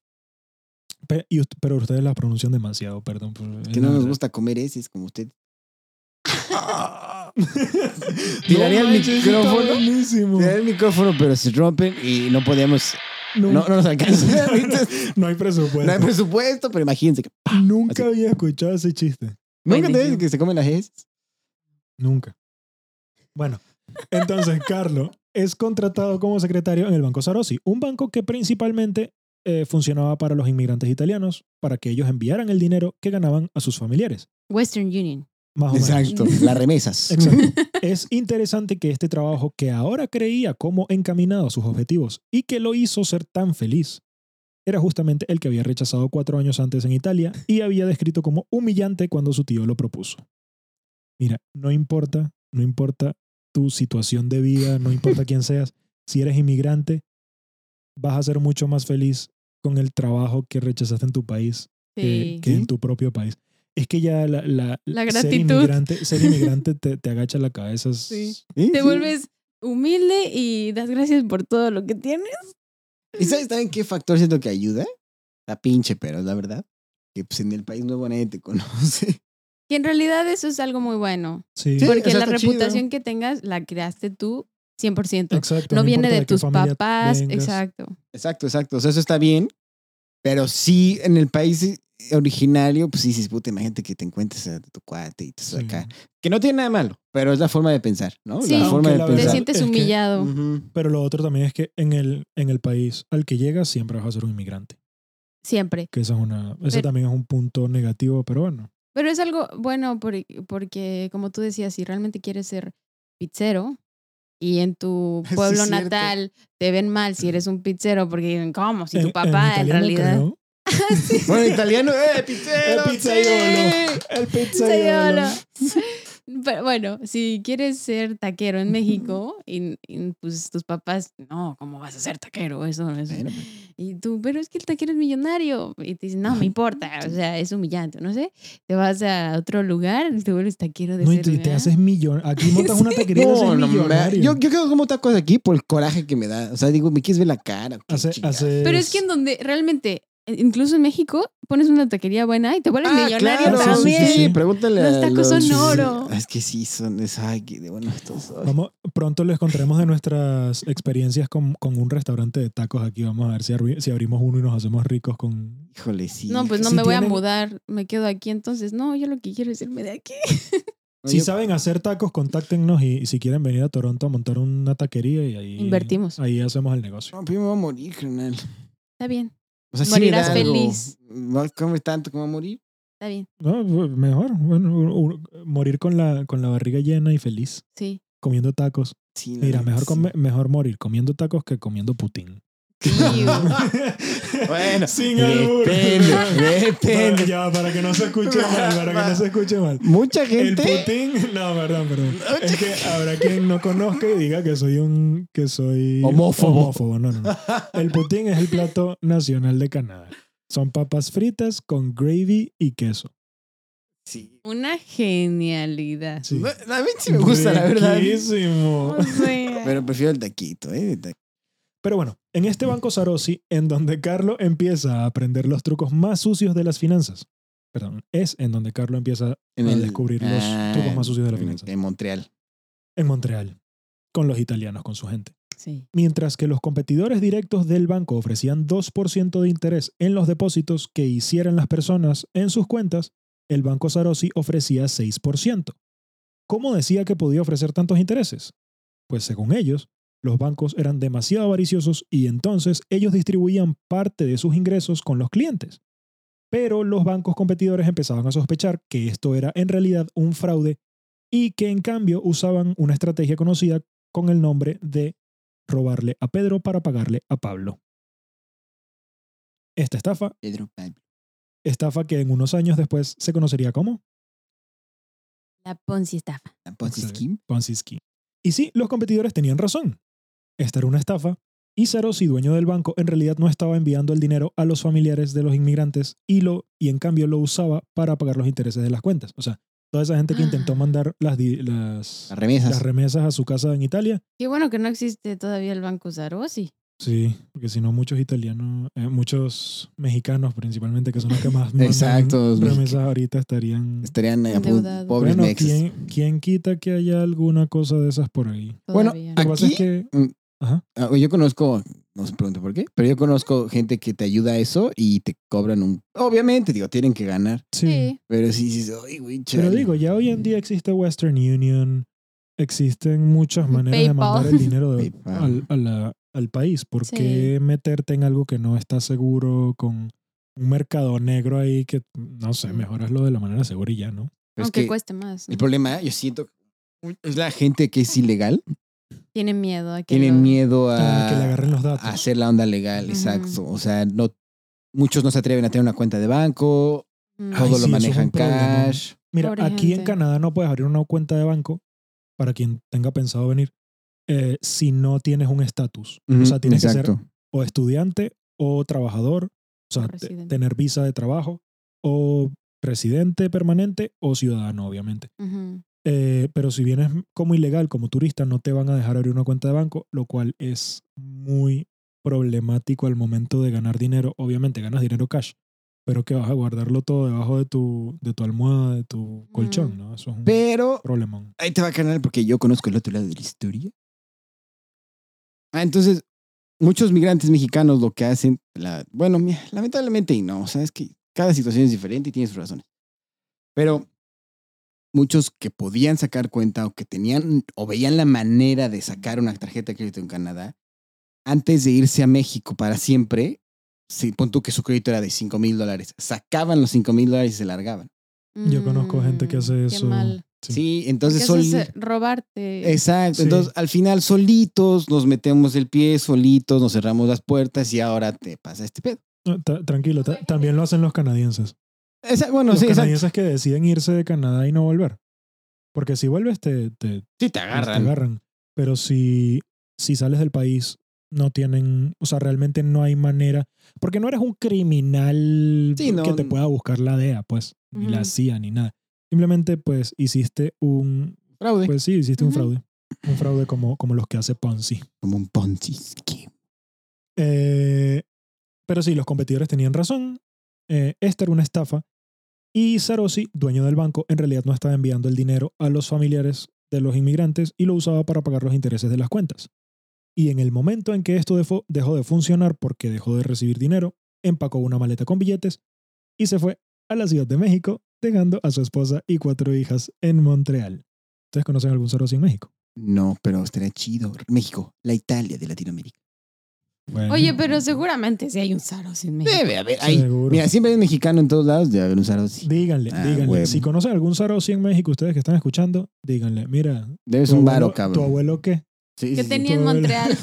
S1: Pe- y ust- Pero, ustedes las pronuncian demasiado, perdón. por-
S2: que no
S1: la
S2: nos
S1: verdad.
S2: gusta comer ese, como usted.
S1: No
S2: Tiraría el
S1: manches, está
S2: micrófono.
S1: buenísimo.
S2: Te da el micrófono, pero se rompen y no podemos.
S1: Nun-
S2: No, no nos alcanza. Ahorita
S1: No hay presupuesto.
S2: no hay presupuesto, pero imagínense. Que,
S1: Nunca
S2: Así.
S1: había escuchado ese chiste.
S2: ¿Nunca te
S3: Buenísimo.
S2: ves que se comen las S?
S1: Nunca. Bueno, entonces Carlo es contratado como secretario en el Banco Sarossi, un banco que principalmente eh, funcionaba para los inmigrantes italianos, para que ellos enviaran el dinero que ganaban a sus familiares.
S3: Western Union.
S1: Más o menos.
S2: Exacto, las remesas.
S1: Exacto. Es interesante que este trabajo que ahora creía como encaminado a sus objetivos y que lo hizo ser tan feliz, era justamente el que había rechazado cuatro años antes en Italia y había descrito como humillante cuando su tío lo propuso. Mira, no importa, no importa tu situación de vida, no importa quién seas, si eres inmigrante, vas a ser mucho más feliz con el trabajo que rechazaste en tu país que,
S3: Sí.
S1: que en
S2: ¿Sí?
S1: tu propio país. Es que ya la, la,
S3: La
S1: ser
S3: gratitud.
S1: inmigrante, ser inmigrante te, te agacha la cabeza. es-
S3: Sí.
S2: ¿Sí?
S3: Te
S2: Sí.
S3: vuelves humilde y das gracias por todo lo que tienes.
S2: ¿Y sabes también qué factor siento que ayuda? La pinche, pero la verdad. Que pues en el país nuevo nadie te conoce.
S3: Y en realidad eso es algo muy bueno.
S1: Sí,
S2: Sí,
S3: Porque
S2: o sea,
S3: la
S2: está chido.
S3: reputación que tengas la creaste tú 100%.
S1: exacto.
S3: no viene
S1: importa
S3: de,
S1: qué
S3: tus
S1: familia
S3: papás.
S1: vengas.
S3: Exacto.
S2: Exacto, exacto. O sea, eso está bien. Pero sí, en el país eh, originario, pues sí, dices, puta, imagínate que te encuentres a tu cuate y te
S1: Sí.
S2: acá. Que no tiene nada de malo, pero es la forma de pensar, ¿no?
S3: Sí.
S2: la forma
S1: Aunque
S2: de
S1: la
S3: Te
S1: verdad-
S2: pensar.
S3: sientes
S1: es que-
S3: humillado.
S2: Ujú.
S1: Pero lo otro también es que en el, en el país al que llegas siempre vas a ser un inmigrante.
S3: Siempre.
S1: Que esa es una, ese
S3: Pero-
S1: también es un punto negativo, pero bueno.
S3: Pero es algo bueno por- porque, como tú decías, si realmente quieres ser pizzero y en tu
S2: Sí,
S3: pueblo
S2: cierto.
S3: natal te ven mal si eres un pizzero porque dicen, ¿cómo? Si
S1: En-
S3: tu papá en,
S1: italiano
S3: realidad...
S1: creo-
S2: Bueno, italiano, ¡eh, pizzero!
S1: Eh, pizzaiolo. El pizzaiolo.
S3: Pizzaiolo. Pero bueno, si quieres ser taquero en México, y, y, pues tus papás, no, ¿cómo vas a ser taquero? Eso, eso.
S2: Bueno, pues,
S3: Y tú, pero es que el taquero es millonario. Y te dicen, no, me importa, o sea, es humillante, no sé. Te vas a otro lugar, te vuelves taquero de
S1: No, y
S3: ese
S1: te, y te
S3: lugar.
S1: haces millón. Aquí montas una taquería y te
S2: No,
S1: haces
S2: no, me-
S1: millonario.
S2: yo, yo quedo como tacos aquí por el coraje que me da. O sea, digo, me quieres ver la cara. ¿Qué
S1: Hace-
S2: chingada?
S1: haces-
S3: Pero es que en donde realmente, eh, incluso en México, pones una taquería buena y te vuelves millonario
S1: Ah, claro, sí,
S3: también.
S1: sí, sí.
S2: pregúntale
S3: Los
S2: a
S3: tacos son oro.
S2: Es que sí, son. Es, ay, qué de bueno estos. ay.
S1: Vamos, pronto les contaremos de nuestras experiencias con, con un restaurante de tacos aquí. Vamos a ver si, abri- si abrimos uno y nos hacemos ricos con...
S2: Híjole, sí.
S3: No, pues
S2: híjole.
S3: no
S1: Si
S3: me voy a
S1: tienen-
S3: mudar, me quedo aquí entonces. No, yo lo que quiero es irme de aquí.
S2: No,
S1: si
S2: yo-
S1: saben hacer tacos, contáctenos y, y si quieren venir a Toronto a montar una taquería y ahí...
S3: Invertimos.
S1: Ahí hacemos el negocio.
S2: No, pero yo me voy a morir, carnal.
S3: Está bien,
S2: O sea, sí me
S3: Morirás
S2: da algo.
S3: feliz.
S2: Voy a comer tanto como a morir.
S3: está bien,
S1: No, mejor. Bueno, u- u- morir con la, con la barriga llena y feliz
S3: sí.
S1: comiendo tacos.
S2: Sí, la
S1: Mira,
S2: neta,
S1: mejor,
S2: sí.
S1: come- mejor morir comiendo tacos que comiendo Putin.
S3: Iu.
S2: Bueno,
S1: Sin albur.
S2: depende, depende.
S1: Para- ya, para que no se escuche mal, para que no se escuche mal.
S2: Mucha
S1: El
S2: gente.
S1: Putin, no, perdón, perdón. Es que habrá quien no conozca y diga que soy un que soy
S2: Homófobo.
S1: homófobo. No, no, no. El Putin es el plato nacional de Canadá. Son papas fritas con gravy y queso.
S2: Sí.
S3: Una genialidad. Oh,
S1: Sí.
S2: No, a mí sí me gusta, la verdad.
S1: Riquísimo.
S3: O sea,
S2: Pero prefiero el taquito, ¿eh? El ta-
S1: Pero bueno, en este banco Sarosi, en donde Carlo empieza a aprender los trucos más sucios de las finanzas. Perdón, es en donde Carlo empieza
S2: En
S1: a descubrir los
S2: Ah,
S1: trucos más sucios de las
S2: en-
S1: finanzas.
S2: En Montreal.
S1: En Montreal, con los italianos, con su gente.
S3: sí.
S1: Mientras que los competidores directos del banco ofrecían 2% de interés en los depósitos que hicieran las personas en sus cuentas, el banco Sarosi ofrecía 6%. ¿Cómo decía que podía ofrecer tantos intereses? Pues según ellos, los bancos eran demasiado avariciosos y entonces ellos distribuían parte de sus ingresos con los clientes. Pero los bancos competidores empezaban a sospechar que esto era en realidad un fraude y que en cambio usaban una estrategia conocida con el nombre de robarle a Pedro para pagarle a Pablo. Esta estafa,
S2: Pedro Pablo.
S1: estafa que en unos años después se conocería como
S3: La Ponzi estafa.
S2: La Ponzi
S1: Excelente.
S2: Scheme.
S1: Ponzi Scheme. Y sí, los competidores tenían razón. Esta era una estafa y Sarosi, dueño del banco, en realidad no estaba enviando el dinero a los familiares de los inmigrantes y, lo, y en cambio lo usaba para pagar los intereses de las cuentas. O sea, toda esa gente que intentó
S3: Ah.
S1: mandar las, di- las,
S2: Las remesas.
S1: las remesas a su casa en Italia.
S3: Qué bueno que no existe todavía el Banco Sarosi.
S1: Sí, porque si no muchos italianos, eh, muchos mexicanos principalmente, que son los que más mandan
S2: Exacto, los
S1: remesas ahorita estarían...
S2: Estarían eh, po-
S3: Endeudados.
S2: pobres
S1: Bueno,
S2: mexas.
S1: ¿quién, quién quita que haya alguna cosa de esas por ahí?
S2: Bueno,
S3: Todavía
S1: Lo
S3: no.
S1: que pasa es
S2: Aquí,
S1: que...
S2: mm,
S1: Ajá.
S2: Ah, Yo conozco, no se pregunto por qué, pero yo conozco gente que te ayuda a eso y te cobran un. Obviamente, digo, tienen que ganar.
S1: Sí.
S3: Sí.
S2: Pero sí dices, ay, güey, chale".
S1: Pero digo, ya hoy en día existe Western Union, existen muchas maneras de
S3: PayPal.
S1: mandar el dinero de- al,
S2: PayPal.
S1: a la- al país. ¿Por
S3: Sí.
S1: qué meterte en algo que no está seguro con un mercado negro ahí que, no sé,
S3: Sí.
S1: mejoraslo de la manera segura y ya, ¿no?
S2: Pero es
S3: Aunque
S2: que
S3: cueste más. ¿no?
S2: el problema, yo siento, es la gente que es ilegal.
S3: Tienen miedo a que
S2: Tiene
S3: lo-
S2: miedo
S1: Ah, que le
S2: a,
S1: agarren los datos.
S2: a hacer la onda legal,
S3: Ujú.
S2: exacto. O sea, no, muchos no se atreven a tener una cuenta de banco,
S3: Mm.
S1: Ay,
S2: todo
S1: sí, eso
S2: lo
S1: es
S2: manejan
S1: un problema.
S2: cash.
S1: Mira,
S3: Pobre
S1: aquí en
S3: gente.
S1: Canadá no puedes abrir una cuenta de banco para quien tenga pensado venir eh, si no tienes un estatus. o sea,
S2: Ujú,
S1: tienes que ser
S2: exacto.
S1: o estudiante o trabajador, o sea,
S3: O
S1: te-
S3: residente.
S1: tener visa de trabajo o residente permanente o ciudadano, obviamente.
S3: Ujú.
S1: Eh, pero si vienes como ilegal, como turista, no te van a dejar abrir una cuenta de banco, lo cual es muy problemático al momento de ganar dinero. Obviamente ganas dinero cash, pero que vas a guardarlo todo debajo de tu, de tu almohada, de tu colchón,
S3: Mm.
S1: ¿no? Eso es un
S2: Pero
S1: problemón.
S2: ahí te va a ganar porque yo conozco el otro lado de la historia. Ah, entonces, muchos migrantes mexicanos lo que hacen, la, bueno, mira, lamentablemente y no, o sea, es que cada situación es diferente y tiene sus razones. Pero muchos que podían sacar cuenta o que tenían o veían la manera de sacar una tarjeta de crédito en Canadá, antes de irse a México para siempre, si pon tú que su crédito era de 5 mil dólares, sacaban los 5 mil dólares y se largaban.
S1: Yo conozco gente que hace
S3: Mm, qué
S1: eso.
S3: mal.
S1: Sí.
S2: Sí, entonces
S3: Porque eso
S2: soli-
S3: es eh, robarte.
S2: Exacto.
S1: Sí.
S2: Entonces, al final, solitos nos metemos el pie, solitos nos cerramos las puertas y ahora te pasa este pedo.
S1: No, ta- tranquilo, ta- también lo hacen los canadienses.
S2: Esa- bueno,
S1: los
S2: sí, exacto.
S1: canadienses que deciden irse de Canadá y no volver. Porque si vuelves, te, te,
S2: Sí, te
S1: Te
S2: agarran.
S1: agarran. Pero si, si sales del país, no tienen, o sea, realmente no hay manera. Porque no eres un criminal
S2: Sí, no,
S1: que te
S2: no.
S1: pueda buscar la DEA, pues, ni la
S3: Ujú.
S1: CIA, ni nada. Simplemente, pues, hiciste un,
S2: Fraude.
S1: pues sí, hiciste un
S3: Ujú.
S1: fraude. Un fraude como, como los que hace Ponzi.
S2: Como un Ponzi. scheme.
S1: Eh, pero sí, los competidores tenían razón. Eh, esta era una estafa. Y Sarosi, dueño del banco, en realidad no estaba enviando el dinero a los familiares de los inmigrantes y lo usaba para pagar los intereses de las cuentas. Y en el momento en que esto defo- dejó de funcionar porque dejó de recibir dinero, empacó una maleta con billetes y se fue a la Ciudad de México, dejando a su esposa y cuatro hijas en Montreal. ¿Ustedes conocen algún Sarosi en México?
S2: No, pero estaría chido. México, la Italia de Latinoamérica.
S1: Bueno,
S3: Oye, pero seguramente sí hay un Saros en México.
S2: Debe haber. ahí.
S1: seguro.
S2: Mira, siempre hay un mexicano en todos lados, debe haber un Sarosi.
S1: Díganle,
S2: Ah,
S1: díganle.
S2: huevo.
S1: Si conocen algún Sarosi en México, ustedes que están escuchando, díganle, mira,
S2: Debes
S1: tu
S2: un
S1: abuelo-
S2: varo, cabrón.
S1: ¿Tu abuelo qué?
S2: Sí,
S3: Que
S2: sí, sí.
S3: tenía en
S1: todo el-
S3: Montreal.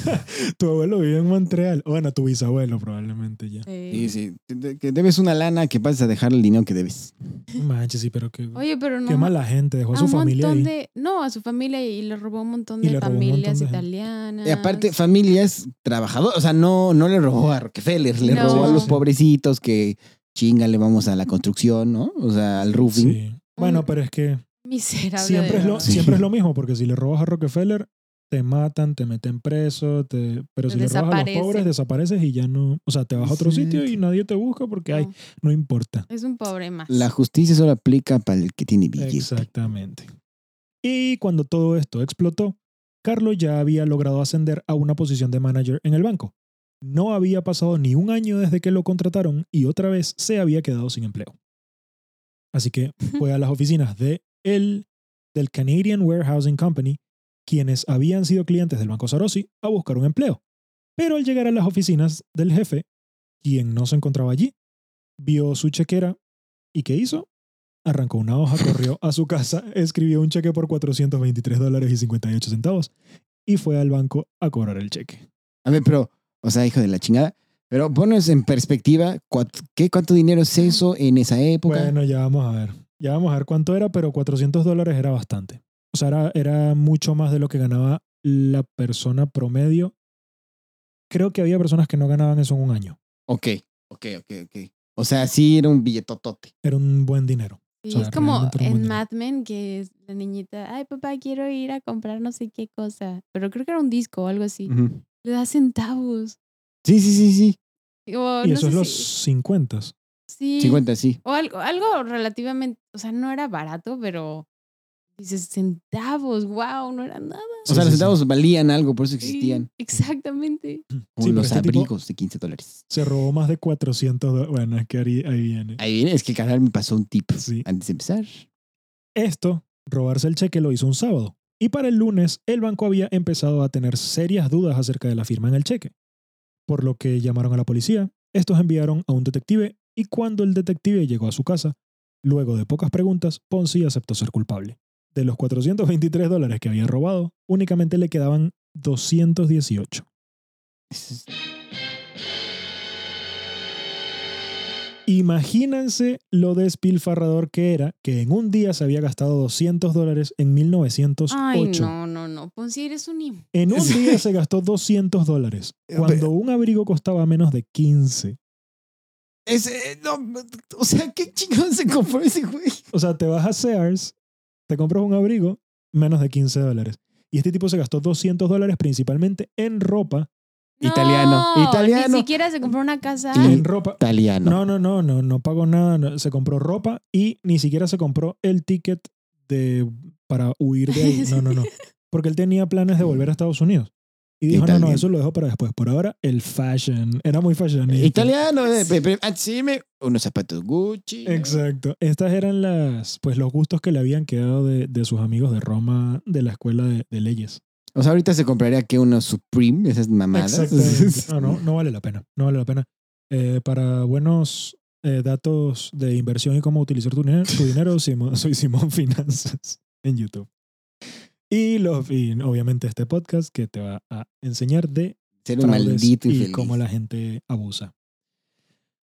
S1: Tu abuelo vive en Montreal. Bueno, tu bisabuelo probablemente ya.
S2: Sí, sí. Te- Que debes una lana que pases a dejar el dinero que debes.
S1: Manches, sí, pero qué,
S3: Oye, pero no.
S1: qué mala gente. Dejó a
S3: a
S1: su
S3: un
S1: familia
S3: montón
S1: ahí.
S3: de. No, a su familia y le robó un montón
S1: Y
S3: de
S1: le robó un
S3: familias
S1: montón de gente.
S3: italianas.
S2: Y aparte, familias trabajadoras. O sea, no, no le robó a Rockefeller, le
S3: No.
S2: robó a
S1: Sí,
S2: los
S1: sí.
S2: pobrecitos que chinga, le vamos a la construcción, ¿no? O sea, al roofing.
S1: Sí. Bueno,
S3: Un-
S1: pero es que
S3: Miserable.
S1: siempre
S3: de
S1: es, lo,
S3: verdad.
S2: Sí.
S1: siempre es lo mismo, porque si le robas a Rockefeller, te matan, te meten preso, te, pero
S3: Te
S1: si le robas a los
S3: desaparecen.
S1: pobres, desapareces y ya no. O sea, te vas a otro sitio y
S2: Exacto.
S1: nadie te busca porque, ay,
S3: No,
S1: no importa.
S3: es un pobre más.
S2: La justicia solo aplica para el que tiene billete.
S1: Exactamente. Y cuando todo esto explotó, Carlos ya había logrado ascender a una posición de manager en el banco. No había pasado ni un año desde que lo contrataron y otra vez se había quedado sin empleo. Así que fue a las oficinas de él, del Canadian Warehousing Company, quienes habían sido clientes del Banco Sarosi, a buscar un empleo. Pero al llegar a las oficinas del jefe, quien no se encontraba allí, vio su chequera y ¿qué hizo? Arrancó una hoja, corrió a su casa, escribió un cheque por 423 dólares y 58 centavos y fue al banco a cobrar el cheque.
S2: A ver, pero, o sea, hijo de la chingada. Pero ponos en perspectiva, cuat- ¿qué, ¿cuánto dinero es eso en esa época?
S1: Ah, Bueno, ya vamos a ver. Ya vamos a ver cuánto era, pero 400 dólares era bastante. O sea, era, era mucho más de lo que ganaba la persona promedio. Creo que había personas que no ganaban eso en un año.
S2: Ok, ok, ok, ok. O sea, sí era un billetotote.
S1: Era un buen dinero.
S3: Sí,
S1: O sea,
S3: es como
S1: realmente era un buen
S3: en
S1: dinero.
S3: Mad Men que es la niñita, ay papá, quiero ir a comprar no sé qué cosa. Pero creo que era un disco o algo así.
S2: Ujú.
S3: Le da centavos.
S2: Sí, sí, sí, sí.
S3: Digo,
S1: Y
S3: Oh, no
S1: eso es
S3: sé
S1: los
S3: si-
S1: 50.
S3: sí,
S2: 50, sí.
S3: O algo, algo relativamente, o sea, no era barato, pero dices centavos, wow, no era nada.
S2: O sea, los centavos valían algo, por eso existían.
S3: Sí, exactamente.
S2: Como
S1: Sí, pero
S2: los
S1: este tipo-
S2: abrigos de 15 dólares.
S1: Se robó más de 400 dólares. Bueno, es que ahí, ahí viene.
S2: Ahí viene, es que el canal me pasó un tip
S1: Sí.
S2: antes de empezar.
S1: Esto, robarse el cheque lo hizo un sábado. Y para el lunes, el banco había empezado a tener serias dudas acerca de la firma en el cheque. Por lo que llamaron a la policía, estos enviaron a un detective y cuando el detective llegó a su casa, luego de pocas preguntas, Ponzi aceptó ser culpable. De los 423 dólares que había robado, únicamente le quedaban 218.
S2: Eso es-
S1: Imagínense lo despilfarrador que era, que en un día se había gastado 200 dólares en 1908.
S3: Ay, no, no, no. Pues sí, eres un im-
S1: En un
S2: Sí.
S1: día se gastó 200 dólares, cuando un abrigo costaba menos de 15.
S2: Es, eh, no, o sea, ¿qué chingón se compró ese güey?
S1: O sea, te vas a Sears, te compras un abrigo, menos de 15 dólares. Y este tipo se gastó 200 dólares principalmente en ropa.
S2: Italiano.
S3: No,
S2: Italiano.
S3: Ni siquiera se compró una casa.
S2: Y-
S1: En ropa.
S2: Italiano.
S1: No, no, no, no, no pagó nada. no, se compró ropa y ni siquiera se compró el ticket de, para huir de ahí. No, no, no. Porque él tenía planes de volver a Estados Unidos. Y dijo, no, no,
S2: Italiano.
S1: eso lo dejo para después. Por ahora, el fashion. Era muy fashionista.
S2: Italiano. eh, pe- pe- antes sí me- unos zapatos Gucci.
S1: Exacto. Estas eran las, pues, los gustos que le habían quedado de, de sus amigos de Roma, de la escuela de, de leyes.
S2: O sea, ahorita se compraría que unos Supreme, esas mamadas.
S1: Exactamente. No, no, no vale la pena. No vale la pena. Eh, para buenos eh, datos de inversión y cómo utilizar tu, dinero- tu dinero, Simón- soy Simón Finanzas en YouTube. Y, los, y obviamente este podcast que te va a enseñar de
S2: Ser un
S1: fraudes
S2: maldito
S1: y
S2: infeliz.
S1: cómo la gente abusa.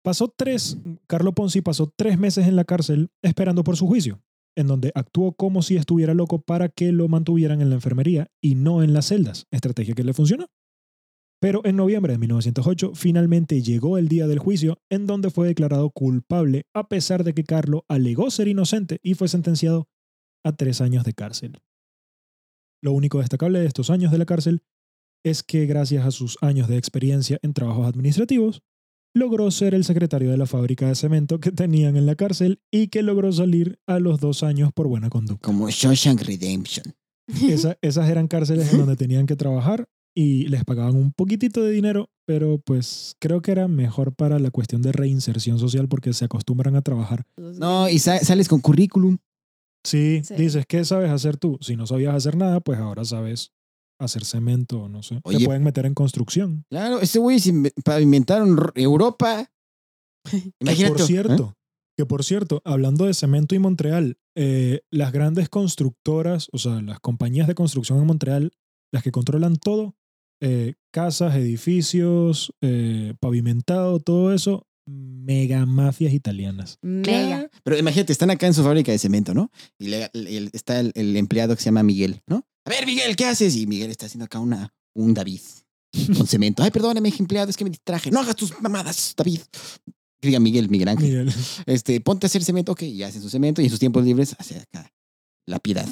S1: Pasó tres, Carlo Ponzi pasó tres meses en la cárcel esperando por su juicio, en donde actuó como si estuviera loco para que lo mantuvieran en la enfermería y no en las celdas, estrategia que le funcionó. Pero en noviembre de 1908 finalmente llegó el día del juicio, en donde fue declarado culpable, a pesar de que Carlo alegó ser inocente y fue sentenciado a tres años de cárcel. Lo único destacable de estos años de la cárcel es que gracias a sus años de experiencia en trabajos administrativos, logró ser el secretario de la fábrica de cemento que tenían en la cárcel y que logró salir a los dos años por buena conducta.
S2: Como Shawshank Redemption.
S1: Esa- esas eran cárceles en donde tenían que trabajar y les pagaban un poquitito de dinero, pero pues creo que era mejor para la cuestión de reinserción social porque se acostumbran a trabajar.
S2: No, y sa- sales con currículum.
S1: Sí,
S3: Sí.
S1: dices, ¿qué sabes hacer tú? Si no sabías hacer nada, pues ahora sabes hacer cemento, no sé. Te
S2: Oye.
S1: pueden meter en construcción.
S2: Claro, ese güey se inve- pavimentaron R- Europa. Imagínate.
S1: Que por cierto,
S2: ¿eh?
S1: que por cierto, hablando de cemento y Montreal, eh, las grandes constructoras, o sea, las compañías de construcción en Montreal, las que controlan todo, eh, casas, edificios, eh, pavimentado, todo eso, mega mafias italianas.
S3: Mega.
S2: Claro. Pero imagínate, están acá en su fábrica de cemento, ¿no? Y le- el- está el, el empleado que se llama Miguel, ¿no? A ver, Miguel, ¿qué haces? Y Miguel está haciendo acá una, un David con cemento. Ay, perdóname, empleado, es que me distraje. No hagas tus mamadas, David. Que Diga Miguel, Miguel Ángel.
S1: Miguel,
S2: Este, ponte a hacer cemento, ok, y hacen su cemento y en sus tiempos libres hace acá la piedad.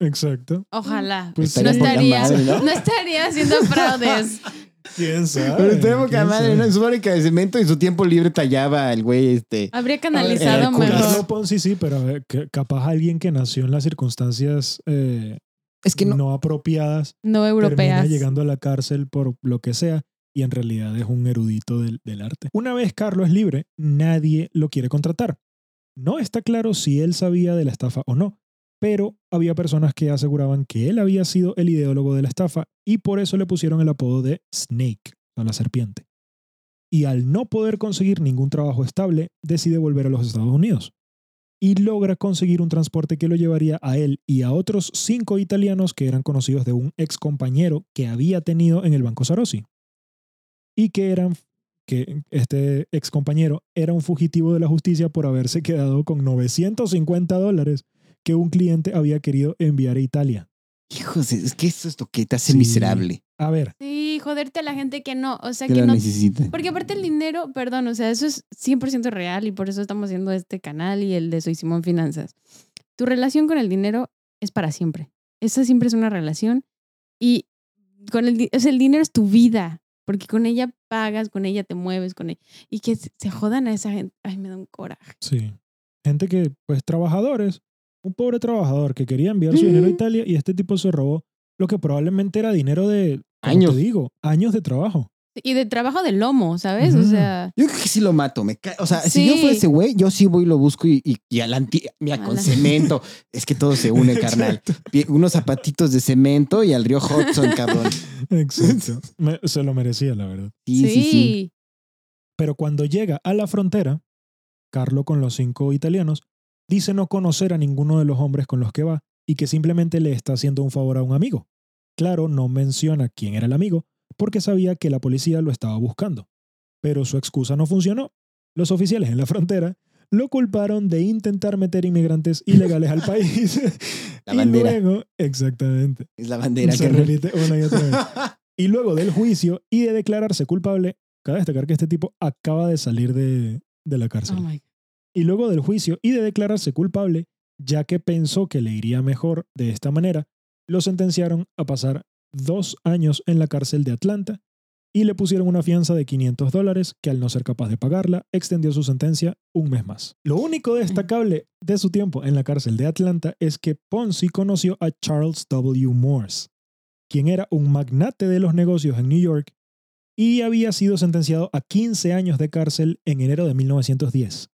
S1: exacto.
S3: Ojalá.
S1: Pues
S3: no
S1: sí.
S2: poca
S3: estaría,
S2: madre,
S3: ¿no? estaría haciendo fraudes.
S1: ¿Quién sabe?
S2: Pero tenemos que
S1: ¿Quién
S2: amar
S1: sabe?
S2: en su fábrica de cemento y en su tiempo libre tallaba el güey este.
S3: Habría
S2: Eh,
S3: canalizado
S2: culo.
S1: Carlo
S3: mejor.
S1: Ponzi sí, pero eh, que- capaz alguien que nació en las circunstancias eh,
S2: Es que no,
S1: no, apropiadas
S3: No
S1: termina
S3: europeas.
S1: llegando a la cárcel por lo que sea y en realidad es un erudito del, del arte. Una vez Carlos es libre, nadie lo quiere contratar. No está claro si él sabía de la estafa o no, pero había personas que aseguraban que él había sido el ideólogo de la estafa y por eso le pusieron el apodo de Snake, o la serpiente. Y al no poder conseguir ningún trabajo estable, decide volver a los Estados Unidos y logra conseguir un transporte que lo llevaría a él y a otros cinco italianos que eran conocidos de un ex compañero que había tenido en el Banco Sarossi. Y que eran que este ex compañero era un fugitivo de la justicia por haberse quedado con 950 dólares que un cliente había querido enviar a Italia.
S2: hijos, es que eso es lo que te hace
S1: Sí.
S2: miserable.
S1: A ver,
S3: Sí, joderte a la gente que no. O sea,
S2: Que
S3: que
S2: lo
S3: no
S2: necesita.
S3: Porque aparte el dinero, perdón, o sea, eso es 100% real y por eso estamos haciendo este canal y el de Soy Simón Finanzas. Tu relación con el dinero es para siempre. Esa siempre es una relación y con el, di- o sea, el dinero es tu vida, porque con ella pagas, con ella te mueves, con ella. Y que se se jodan a esa gente. Ay, me da un coraje.
S1: sí. Gente que, pues, trabajadores. Un pobre trabajador que quería enviar su dinero a
S3: Ujú.
S1: Italia y este tipo se robó lo que probablemente era dinero de, como
S2: Años.
S1: te digo, años de trabajo.
S3: Y de trabajo de lomo, ¿sabes? O
S1: Ujú.
S3: sea,
S2: Yo creo que sí lo mato. Me ca- o sea, si
S3: Sí.
S2: yo fuera ese güey, yo sí voy y lo busco y, y, y al anti- Mira,
S3: A
S2: con
S3: la-
S2: cemento. Es que todo se une, carnal. Pie- Unos zapatitos de cemento y al río Hudson, cabrón.
S1: Exacto. Me- se lo merecía, la verdad.
S2: Sí, sí, sí.
S1: Pero cuando llega a la frontera, Carlo con los cinco italianos dice no conocer a ninguno de los hombres con los que va y que simplemente le está haciendo un favor a un amigo. Claro, no menciona quién era el amigo porque sabía que la policía lo estaba buscando. Pero su excusa no funcionó Los oficiales en la frontera lo culparon de intentar meter inmigrantes ilegales al país.
S2: La bandera.
S1: Y luego, exactamente.
S2: Es la bandera
S1: Se
S2: que
S1: repite una y otra vez. Y luego del juicio y de declararse culpable, cabe destacar que este tipo acaba de salir de, de la cárcel.
S3: Oh my God.
S1: Y luego del juicio y de declararse culpable, ya que pensó que le iría mejor de esta manera, lo sentenciaron a pasar dos años en la cárcel de Atlanta y le pusieron una fianza de 500 dólares que al no ser capaz de pagarla extendió su sentencia un mes más. Lo único destacable de su tiempo en la cárcel de Atlanta es que Ponzi conoció a Charles W. Morse, quien era un magnate de los negocios en New York y había sido sentenciado a 15 años de cárcel en enero de 1910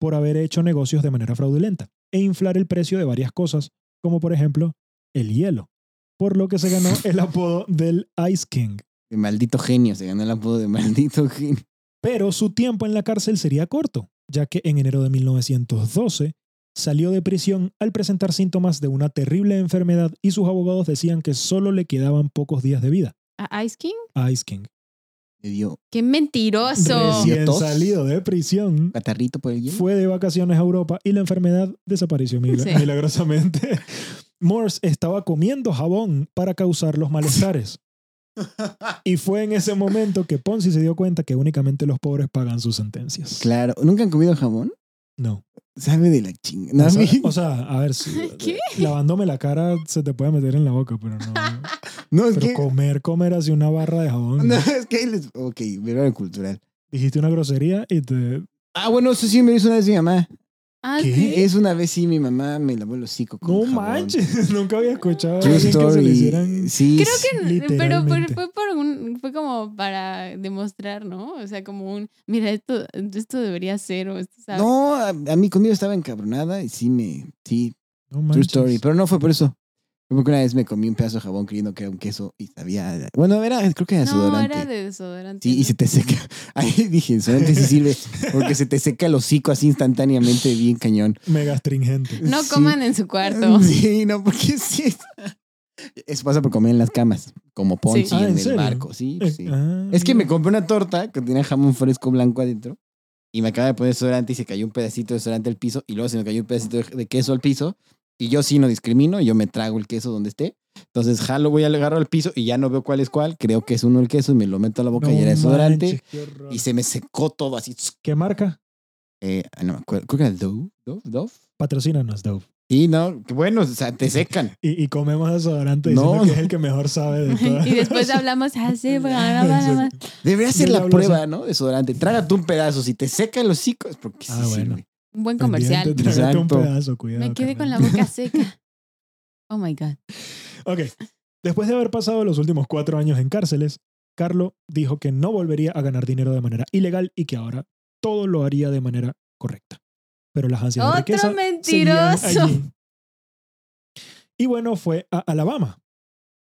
S1: por haber hecho negocios de manera fraudulenta e inflar el precio de varias cosas, como por ejemplo el hielo, por lo que se ganó el apodo del Ice King.
S2: de maldito genio. Se ganó el apodo de maldito genio.
S1: Pero su tiempo en la cárcel sería corto, ya que en enero de 1912 salió de prisión al presentar síntomas de una terrible enfermedad y sus abogados decían que solo le quedaban pocos días de vida.
S3: ¿A Ice King?
S1: a Ice King.
S2: Le dio
S3: ¡Qué mentiroso!
S2: Recién.
S1: Recién
S2: ¿Tos?
S1: salido de prisión,
S2: patarrito por el hielo.
S1: fue de vacaciones a Europa y la enfermedad desapareció mil-
S3: Sí.
S1: milagrosamente. Morse estaba comiendo jabón para causar los malestares. Y fue en ese momento que Ponzi se dio cuenta que únicamente los pobres pagan sus sentencias.
S2: Claro. ¿Nunca han comido jamón?
S1: No.
S2: Sabe de la chinga. No,
S1: O
S2: a
S1: sea,
S2: mí-
S1: o sea, a ver, si,
S3: ¿Qué?
S1: lavándome la cara se te puede meter en la boca, pero no.
S2: no, es
S1: Pero
S2: que...
S1: comer, comer así una barra de jabón.
S2: No, es que... les- Ok, verano cultural.
S1: Dijiste una grosería y te.
S2: Ah, bueno, eso sí me lo hizo una vez mi mamá.
S3: Ah,
S1: ¿Qué?
S3: sí.
S2: Es una vez sí mi mamá me lavó el hocico con
S1: No
S2: jabón.
S1: manches, nunca había escuchado a
S2: True
S1: alguien Oh, que se le
S2: story.
S1: hicieran.
S2: Sí,
S3: Creo
S2: sí.
S3: que, pero, pero
S1: Literalmente.
S3: fue, por un- fue como para demostrar, ¿no? O sea, como un, mira, esto, esto debería ser, o esto, ¿sabes?
S2: No, a, a mí conmigo estaba encabronada y sí me... Sí,
S1: No
S2: True
S1: manches.
S2: story. Pero no fue por eso. Fue porque una vez me comí un pedazo de jabón creyendo que era un queso y sabía... Bueno, era, creo que era
S3: No,
S2: desodorante.
S3: era de desodorante.
S2: Sí, y
S3: ¿no?
S2: se te seca. Ahí dije, el desodorante sí sirve porque se te seca el hocico así instantáneamente bien cañón.
S1: Mega astringente.
S3: No
S2: Sí.
S3: coman en su cuarto.
S2: Sí, no, porque sí. Eso pasa por comer en las camas, como Ponzi
S3: Sí.
S1: Ah,
S2: en,
S1: ¿en
S2: el
S1: serio?
S2: barco. Sí, pues
S1: Eh,
S2: sí.
S1: ah,
S2: Es que me
S1: mira.
S2: compré una torta que tenía jamón fresco blanco adentro y me acaba de poner desodorante y se cayó un pedacito de desodorante al piso y luego se me cayó un pedacito de, de queso al piso y yo sí no discrimino, yo me trago el queso donde esté. Entonces jalo, voy al agarro al piso y ya no veo cuál es cuál. Creo que es uno el queso y me lo meto a la boca y
S1: No
S2: era desodorante
S1: manches, qué horror.
S2: y se me secó todo así. tsk.
S1: ¿Qué marca?
S2: Eh, no me acuerdo, creo que era Dove, Dove, Dove.
S1: Patrocínanos, Dove.
S2: Sí, no, que bueno, o sea, te secan.
S1: Y, y comemos desodorante diciendo
S2: No,
S1: que
S2: no.
S1: es el que mejor sabe de todo.
S3: y después hablamos así, bla, bla, bla, bla.
S2: Debería ser
S1: Yo le
S2: la
S1: hablo así.
S2: prueba, ¿no? Desodorante. Trágate un pedazo. Si te seca los hocico es porque sí
S1: Ah, bueno.
S2: sirve.
S3: un buen comercial.
S1: Pendiente, trágate un
S2: Exacto.
S1: pedazo, cuidado.
S3: Me quedé con la
S1: carnal.
S3: boca seca. Oh my God.
S1: Ok. Después de haber pasado los últimos cuatro años en cárceles, Carlo dijo que no volvería a ganar dinero de manera ilegal y que ahora todo lo haría de manera correcta. Pero las ansias de
S3: Otro
S1: riqueza seguían
S3: mentiroso.
S1: allí. Y bueno, fue a Alabama,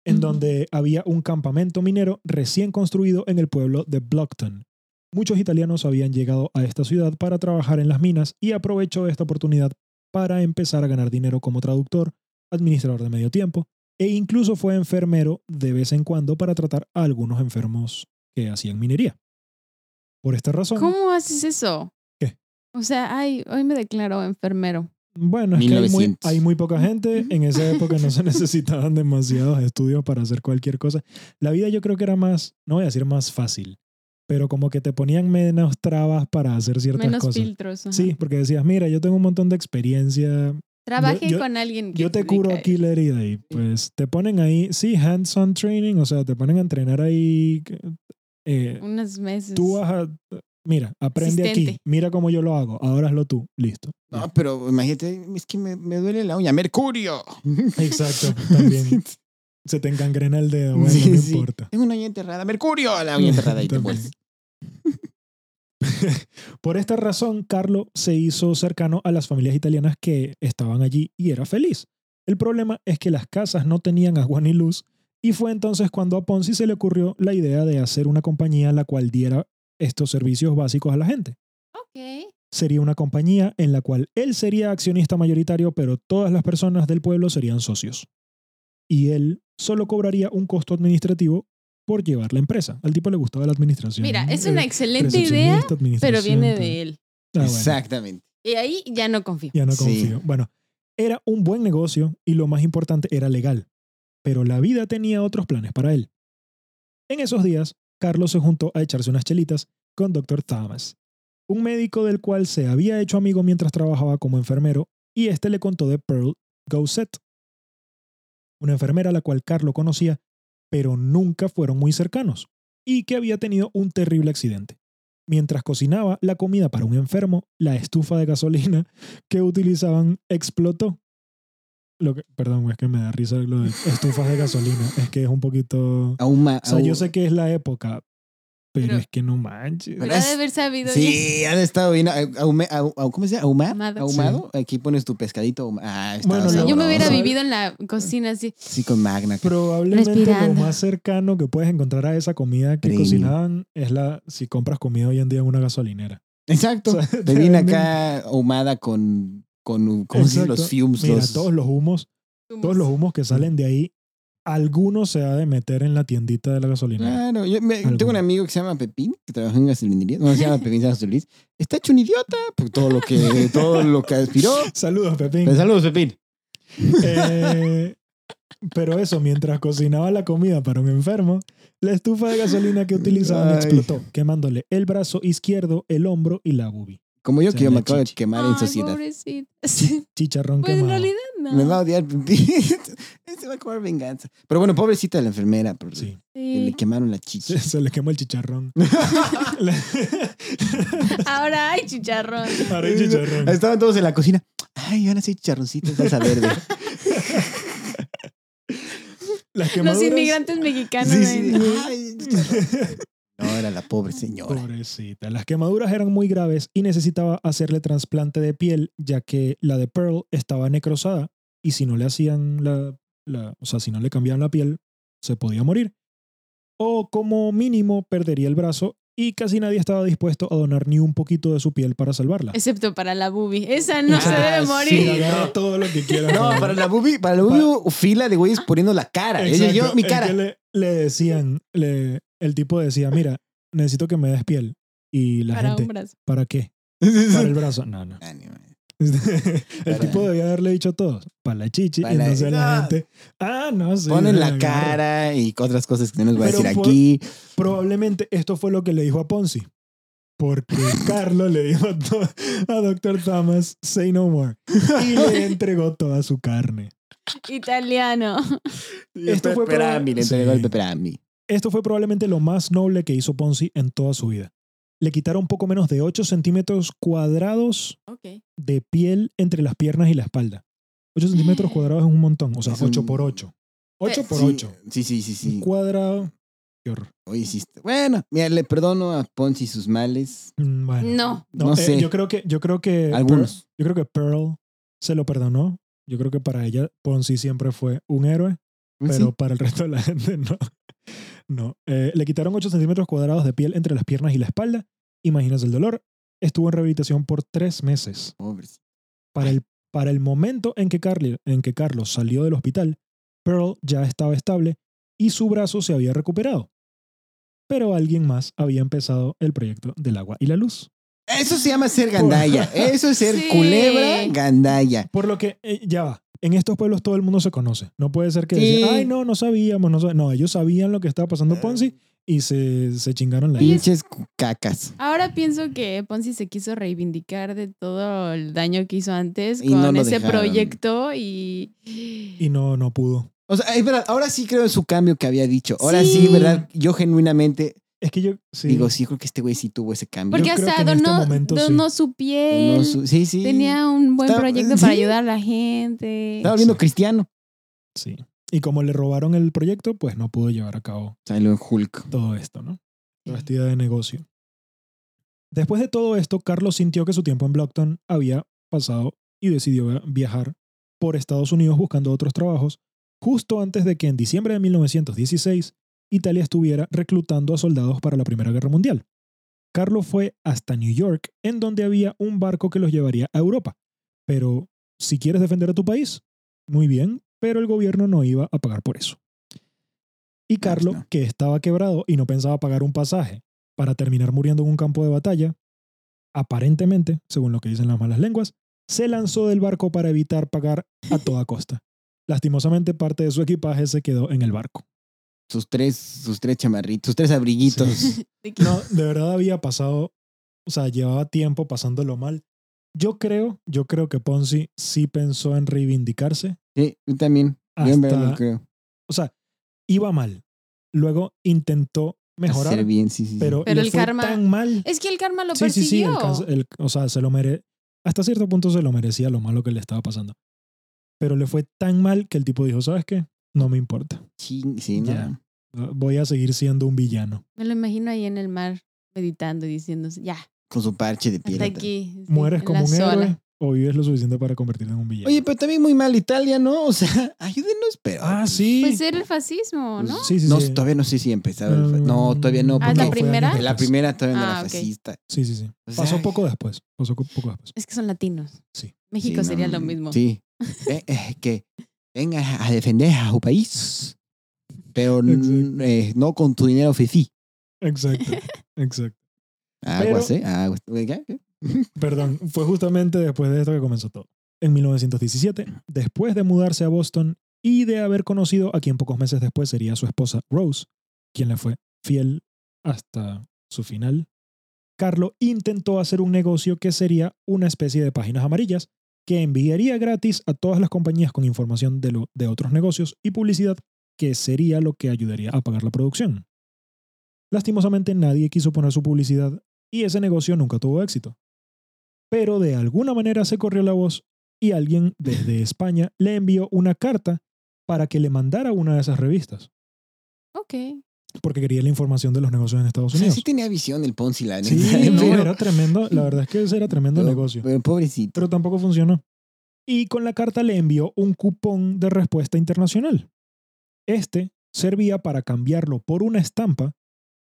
S1: en
S3: Ujú.
S1: donde había un campamento minero recién construido en el pueblo de Blockton. Muchos italianos habían llegado a esta ciudad para trabajar en las minas y aprovechó esta oportunidad para empezar a ganar dinero como traductor, administrador de medio tiempo e incluso fue enfermero de vez en cuando para tratar a algunos enfermos que hacían minería. Por esta razón,
S3: ¿Cómo haces eso?
S1: ¿Qué?
S3: O sea, ay, hoy me declaro enfermero.
S1: Bueno, es que hay muy,
S2: 1900.
S1: hay muy poca gente. En esa época no se necesitaban demasiados estudios para hacer cualquier cosa. La vida yo creo que era más, no voy a decir más fácil, pero como que te ponían menos trabas para hacer ciertas
S3: Menos
S1: cosas.
S3: filtros. ajá.
S1: Sí, porque decías, mira, yo tengo un montón de experiencia,
S3: Trabajé
S1: Yo- yo-
S3: con alguien. que
S1: yo te
S3: se
S1: curo
S3: dedica a-
S1: aquí la herida y pues te ponen ahí, sí, hands-on training, o sea, te ponen a entrenar ahí. eh,
S3: Unos meses.
S1: tú vas a, mira, aprende aquí,
S3: Asistente.
S1: mira cómo yo lo hago, ahora hazlo tú, listo.
S2: No, pero imagínate, es que me, me duele la uña. ¡Mercurio!
S1: Exacto, también. Se te encangrena el dedo, bueno,
S2: Sí,
S1: no
S2: sí.
S1: importa.
S2: Tengo una uña enterrada. ¡Mercurio! La uña enterrada y te
S1: También.
S2: mueres.
S1: Por esta razón, Carlo se hizo cercano a las familias italianas que estaban allí y era feliz. El problema es que las casas no tenían agua ni luz y fue entonces cuando a Ponzi se le ocurrió la idea de hacer una compañía la cual diera estos servicios básicos a la gente.
S3: Ok.
S1: Sería una compañía en la cual él sería accionista mayoritario, pero todas las personas del pueblo serían socios. Y él solo cobraría un costo administrativo por llevar la empresa. Al tipo le gustaba la administración.
S3: Mira, es
S1: Eh,
S3: una excelente idea,
S1: recepcionista, administración,
S3: pero viene
S1: tal.
S3: de él.
S1: Ah, bueno,
S2: Exactamente.
S3: Y ahí ya no confío.
S1: ya no
S2: Sí.
S1: confío. Bueno, era un buen negocio y lo más importante era legal. Pero la vida tenía otros planes para él. En esos días, Carlos se juntó a echarse unas chelitas con Dr. Thomas, un médico del cual se había hecho amigo mientras trabajaba como enfermero, y este le contó de Pearl Gossett, una enfermera a la cual Carlos conocía, pero nunca fueron muy cercanos, y que había tenido un terrible accidente. Mientras cocinaba la comida para un enfermo, la estufa de gasolina que utilizaban explotó. Lo que, perdón, es que me da risa lo de estufas de gasolina. Es que es un poquito...
S2: Aún más.
S1: O sea,
S2: aún-
S1: yo sé que es la época, pero,
S3: Pero-
S1: es que no manches.
S3: Pero
S2: Pero
S3: ha de
S2: es-
S3: haber sabido bien.
S2: Sí, han estado bien. ah, ahume- ahu- ahu- ¿Cómo se llama? ¿Ahumar?
S3: Ahumado.
S2: Ahumado. Aquí pones tu pescadito. ahuma- Ah, está
S1: Bueno,
S3: O sea, yo me
S2: sabroso.
S3: hubiera
S1: Sabroso.
S3: vivido en la cocina así.
S2: Sí, con Magna.
S1: Probablemente
S3: Respirando.
S1: lo más cercano que puedes encontrar a esa comida que
S2: Premium.
S1: cocinaban es la si compras comida hoy en día en una gasolinera.
S2: Exacto.
S1: O sea,
S2: Te viene
S1: venden-
S2: acá ahumada con, con ¿cómo se dice?
S1: Exacto.
S2: Los fumes.
S1: Mira,
S2: los-
S1: todos los humos, todos los humos que salen de ahí, algunos se ha de meter en la tiendita de la gasolinera.
S3: Ah.
S2: Claro, yo me-
S1: Algo.
S2: tengo un amigo que se llama Pepín, que trabaja en gasolinería. No se llama Pepín, se llama Solís. Está hecho un idiota por todo lo que, todo lo que aspiró.
S1: Saludos, Pepín.
S2: Pero saludos, Pepín.
S1: Eh, pero eso, mientras cocinaba la comida para un enfermo, la estufa de gasolina que utilizaban
S2: Ay.
S1: explotó, quemándole el brazo izquierdo, el hombro y la bubi.
S2: Como yo que yo me acabo de
S1: Chichi.
S2: quemar en
S3: Ay,
S2: sociedad.
S3: pobrecito.
S1: Chicharrón
S3: Pues en
S1: quemado.
S3: realidad
S2: Me va a
S3: no.
S2: odiar Pepín. se va a cobrar venganza. Pero bueno, pobrecita la enfermera, por-
S1: Sí,
S2: que
S3: Sí.
S2: le quemaron la chicha.
S1: se, se le quemó el chicharrón.
S3: Ahora hay chicharrón.
S1: Ahora hay chicharrón.
S2: Estaban todos en la cocina. Ay, ahora sí chicharroncito, salsa verde.
S1: Las
S3: Los
S1: quemaduras-
S3: inmigrantes mexicanos.
S2: sí, sí.
S3: ¿no?
S2: Ay, chicharrón. no, era la pobre señora.
S1: Pobrecita. Las quemaduras eran muy graves y necesitaba hacerle trasplante de piel, ya que la de Pearl estaba necrosada y si no le hacían la, la- o sea, si no le cambiaban la piel, se podía morir. O como mínimo perdería el brazo y casi nadie estaba dispuesto a donar ni un poquito de su piel para salvarla.
S3: Excepto para la boobie. Esa no se
S2: Ah,
S3: debe
S2: sí,
S1: Sí,
S3: morir.
S1: agarra todo lo que quiera.
S2: No, para la bubi, para la bubi hubo fila de güeyes poniendo la cara. Ella,
S1: Exacto.
S2: yo, mi
S1: Es que
S2: cara.
S1: le, le decían, le- el tipo decía, mira, necesito que me des piel. Y la
S3: para un
S1: gente,
S3: brazo.
S1: ¿para qué? Para el brazo. No, no. el
S2: Para-
S1: tipo debía haberle dicho a todos, para la chichi,
S2: Para
S1: y
S2: la-
S1: entonces la
S2: No.
S1: gente, ah, no sé.
S2: Ponen la cara y otras cosas que no les voy a
S1: Pero
S2: decir
S1: por-
S2: aquí.
S1: Probablemente esto fue lo que le dijo a Ponzi. Porque Carlos le dijo a, to- a Dr. Thomas, say no more. Y le entregó toda su carne.
S3: Italiano.
S1: Esto fue para-
S2: Pepperami, le entregó
S1: Sí.
S2: el pepperami.
S1: Esto fue probablemente lo más noble que hizo Ponzi en toda su vida. Le quitaron poco menos de 8 centímetros cuadrados
S3: Ok.
S1: de piel entre las piernas y la espalda. 8 centímetros cuadrados es un montón, o sea,
S2: Mm. Es un-
S1: 8 por 8. 8 por
S2: Sí,
S1: 8.
S2: Sí, sí, sí,
S1: Un
S2: sí.
S1: cuadrado. Qué horror.
S2: Hoy hiciste. Bueno, mira, le perdono a Ponzi sus males.
S1: Mm, Bueno.
S3: No.
S2: No sé.
S1: Yo creo que, yo creo que Pearl-
S2: Algunos.
S1: yo creo que Pearl se lo perdonó. Yo creo que para ella Ponzi siempre fue un héroe, pero
S2: Pues Sí.
S1: para el resto de la gente no. No. Eh, le quitaron 8 centímetros cuadrados de piel entre las piernas y la espalda. Imagínense el dolor. Estuvo en rehabilitación por tres meses.
S2: Pobres.
S1: Para el, para el momento en que, Carly- en que Carlos salió del hospital, Pearl ya estaba estable y su brazo se había recuperado. Pero alguien más había empezado el proyecto del agua y la luz.
S2: Eso se llama ser gandalla. Eso es ser
S3: Sí.
S2: culebra gandalla.
S1: Por lo que, eh, ya va, en estos pueblos todo el mundo se conoce. No puede ser que
S2: Sí.
S1: decir, ay, no, no sabíamos, no sab-". No, ellos sabían lo que estaba pasando Ponzi y se, se chingaron la idea.
S2: Pinches cu- cacas.
S3: Ahora pienso que Ponzi se quiso reivindicar de todo el daño que hizo antes
S2: Y
S3: con
S2: no lo
S3: ese
S2: dejaron.
S3: proyecto y.
S1: Y no, no pudo.
S2: O sea, es verdad, ahora sí creo en su cambio que había dicho. Ahora sí,
S3: Sí.
S2: ¿verdad? Yo genuinamente
S1: Es que yo, sí.
S2: digo, sí, creo que este güey sí tuvo ese cambio.
S3: Porque
S1: Yo creo
S3: hasta
S1: que en este
S3: donó,
S1: momento sí.
S3: donó su piel.
S2: No, su- sí, sí.
S3: Tenía un buen
S2: Estaba-
S3: proyecto para
S2: sí.
S3: ayudar a la gente.
S2: Estaba volviendo
S1: Sí.
S2: cristiano.
S1: sí. Y como le robaron el proyecto, pues no pudo llevar a cabo
S2: Salió en Hulk.
S1: todo esto, ¿no? La actividad de negocio. Después de todo esto, Carlos sintió que su tiempo en Blockton había pasado y decidió viajar por Estados Unidos buscando otros trabajos, justo antes de que en diciembre de 1916 Italia estuviera reclutando a soldados para la Primera Guerra Mundial. Carlos fue hasta New York, en donde había un barco que los llevaría a Europa. Pero si quieres defender a tu país, muy bien, pero el gobierno no iba a pagar por eso. y Carlo,
S2: no.
S1: que estaba quebrado y no pensaba pagar un pasaje para terminar muriendo en un campo de batalla, aparentemente, según lo que dicen las malas lenguas, se lanzó del barco para evitar pagar a toda costa. Lastimosamente, parte de su equipaje se quedó en el barco.
S2: Sus tres, sus tres chamarritos, sus tres abriguitos.
S3: De que-
S1: No, de verdad había pasado, o sea, llevaba tiempo pasándolo mal. Yo creo, yo creo que Ponzi sí pensó en reivindicarse.
S2: Sí, yo también. Yo en verdad
S1: Hasta
S2: lo creo.
S1: O sea, iba mal. Luego intentó mejorar,
S2: Hacer bien, sí, sí, sí.
S1: pero,
S3: Pero
S1: le
S3: el
S1: fue
S3: karma
S1: tan mal.
S3: Es que el karma lo
S1: sí, sí, sí. el
S3: persiguió.
S1: cans- el- o sea, se lo mere Hasta cierto punto se lo merecía lo malo que le estaba pasando. Pero le fue tan mal que el tipo dijo, ¿sabes qué? No me importa.
S2: Ching, sí, no.
S1: Ya. Voy a seguir siendo un villano.
S3: Me lo imagino ahí en el mar meditando y diciéndose, ya,
S2: Con su parche de piel.
S3: hasta
S2: atrás.
S3: aquí. sí,
S1: ¿Mueres
S3: en
S1: como
S3: la
S1: un
S3: sola.
S1: héroe o vives lo suficiente para convertirte en un villano?
S2: Oye, pero también muy mal Italia, ¿no? O sea, ayúdenos, pero.
S1: ah, sí.
S3: Pues era el fascismo,
S2: Pues
S3: ¿no?
S1: Sí, sí,
S2: no,
S1: sí. Mm,
S2: todavía no sé si empezaba. el fa- No, todavía no.
S3: Ah,
S2: Porque
S3: ¿es la
S1: fue
S3: primera?
S1: años
S2: la
S1: después.
S2: primera todavía no
S3: Ah,
S2: era
S3: ok.
S2: fascista.
S1: Sí, sí, sí.
S2: O sea,
S1: Pasó poco después. Pasó co- poco después.
S3: Es que son latinos.
S1: Sí.
S3: México
S2: sí,
S3: sería
S2: no,
S3: lo mismo.
S2: Sí. Eh, eh, que venga a defender a su país, pero n-
S1: Exacto.
S2: eh, no con tu dinero fifi.
S1: Exacto. Exacto.
S2: Aguas,
S1: Pero-
S2: ¿eh? Aguas. Oiga, ¿eh?
S1: Perdón, fue justamente después de esto que comenzó todo. En 1917, después de mudarse a Boston y de haber conocido a quien pocos meses después sería su esposa Rose, quien le fue fiel hasta su final, Carlo intentó hacer un negocio que sería una especie de páginas amarillas que enviaría gratis a todas las compañías con información de, lo- de otros negocios y publicidad que sería lo que ayudaría a pagar la producción. Lastimosamente nadie quiso poner su publicidad y ese negocio nunca tuvo éxito pero de alguna manera se corrió la voz y alguien desde España le envió una carta para que le mandara una de esas revistas,
S3: Ok.
S1: porque quería la información de los negocios en Estados
S2: O sea,
S1: Unidos.
S2: sí tenía visión el Ponzi, la neta.
S1: Sí,
S2: ¿eh?
S1: no,
S2: pero,
S1: era tremendo, la verdad es que ese era tremendo
S2: pero-
S1: negocio,
S2: pero pobrecito.
S1: pero tampoco funcionó. Y con la carta le envió un cupón de respuesta internacional. Este servía para cambiarlo por una estampa,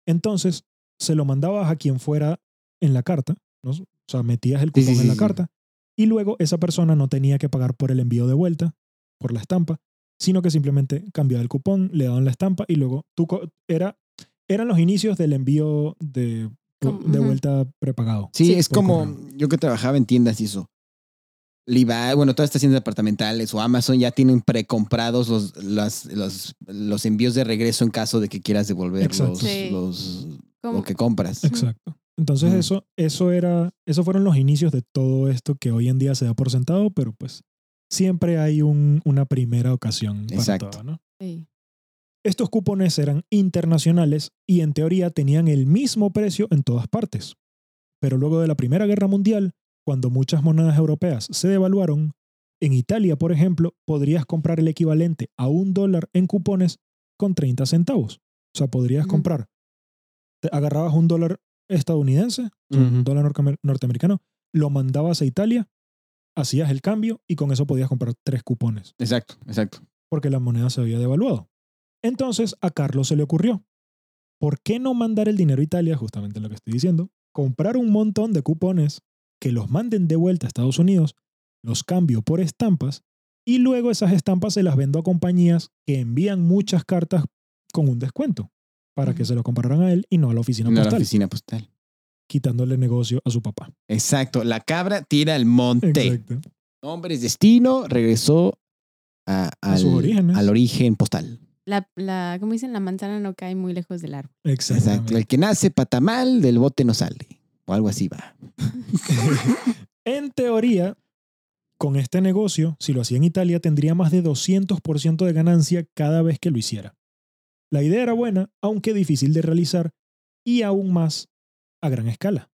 S1: entonces se lo mandabas a quien fuera en la carta, ¿no? o sea, metías el
S2: Sí,
S1: cupón
S2: sí, sí,
S1: en la
S2: sí.
S1: carta, y luego esa persona no tenía que pagar por el envío de vuelta, por la estampa, sino que simplemente cambiaba el cupón, le daban la estampa y luego tú co- era eran los inicios del envío de,
S3: Como-
S1: de
S3: ujú.
S1: vuelta prepagado.
S2: Sí,
S3: Sí.
S2: es
S1: Por
S2: como
S1: correo.
S2: yo que trabajaba en tiendas y eso. Levi, bueno, todas estas tiendas departamentales o Amazon ya tienen precomprados los, las- los, los envíos de regreso en caso de que quieras devolver
S1: Exacto.
S2: los,
S3: Sí.
S2: los-
S3: Como-
S2: lo que compras.
S1: Exacto. Entonces
S2: Ujú.
S1: eso eso era esos fueron los inicios de todo esto que hoy en día se da por sentado, pero pues siempre hay un- una primera ocasión para
S2: Exacto.
S1: todo, ¿no?
S3: sí.
S1: Estos cupones eran internacionales y en teoría tenían el mismo precio en todas partes. Pero luego de la Primera Guerra Mundial, cuando muchas monedas europeas se devaluaron, en Italia, por ejemplo, podrías comprar el equivalente a un dólar en cupones con 30 centavos. O sea, podrías
S3: Ujú.
S1: comprar, te agarrabas un dólar estadounidense, o sea, un
S2: Ujú.
S1: dólar norcamer- norteamericano, lo mandabas a Italia, hacías el cambio y con eso podías comprar tres cupones
S2: Exacto, exacto.
S1: porque la moneda se había devaluado. Entonces a Carlos se le ocurrió, ¿por qué no mandar el dinero a Italia, justamente lo que estoy diciendo? Comprar un montón de cupones que los manden de vuelta a Estados Unidos, los cambio por estampas y luego esas estampas se las vendo a compañías que envían muchas cartas con un descuento para que
S3: Ujú.
S1: se lo compraran a él y no a la oficina
S2: No, la
S1: postal,
S2: oficina postal.
S1: quitándole negocio a su papá.
S2: Exacto, la cabra tira al monte.
S1: Exacto.
S2: Nombre es destino, regresó a, al,
S1: sus orígenes.
S2: al origen postal.
S3: La, la, ¿cómo dicen? La manzana no cae muy lejos del árbol.
S1: Exactamente.
S2: Exacto. El que nace patamal, del bote no sale. O algo así va.
S1: En teoría, con este negocio, si lo hacía en Italia, tendría más de 200% de ganancia cada vez que lo hiciera. La idea era buena, aunque difícil de realizar y aún más a gran escala.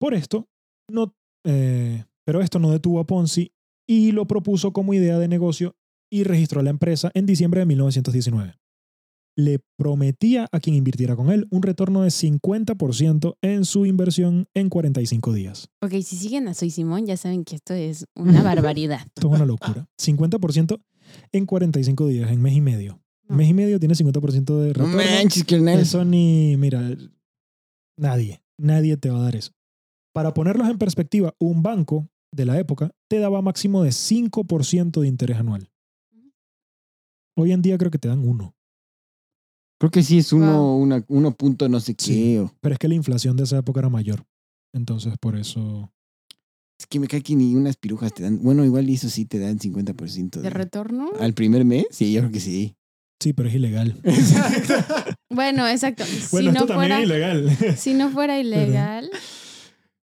S1: Por esto, no, eh, pero esto no detuvo a Ponzi y lo propuso como idea de negocio y registró la empresa en diciembre de 1919. Le prometía a quien invirtiera con él un retorno de 50% en su inversión en 45 días.
S3: Ok, si siguen a Soy Simón ya saben que esto es una barbaridad.
S1: Esto es una locura. 50% en 45 días, en mes y medio.
S3: No.
S1: Mes y medio tiene 50% de
S2: No
S1: retorno.
S2: manches, Kernel.
S1: Eso ni, mira, nadie, nadie te va a dar eso. Para ponerlos en perspectiva, un banco de la época te daba máximo de 5% de interés anual. Hoy en día creo que te dan uno.
S2: Creo que sí es uno,
S3: Wow.
S2: una, uno punto no sé qué.
S1: Sí.
S2: o-
S1: Pero es que la inflación de esa época era mayor. Entonces, por eso.
S2: Es que me cae que ni unas pirujas te dan. Bueno, igual y eso sí te dan 50%
S3: ¿De retorno?
S2: al primer mes. Sí, yo creo que sí.
S1: Sí, pero es ilegal.
S2: Exacto.
S3: Bueno, exacto.
S1: bueno,
S3: si,
S1: esto
S3: no
S1: también
S3: fuera,
S1: es ilegal.
S3: si no fuera ilegal,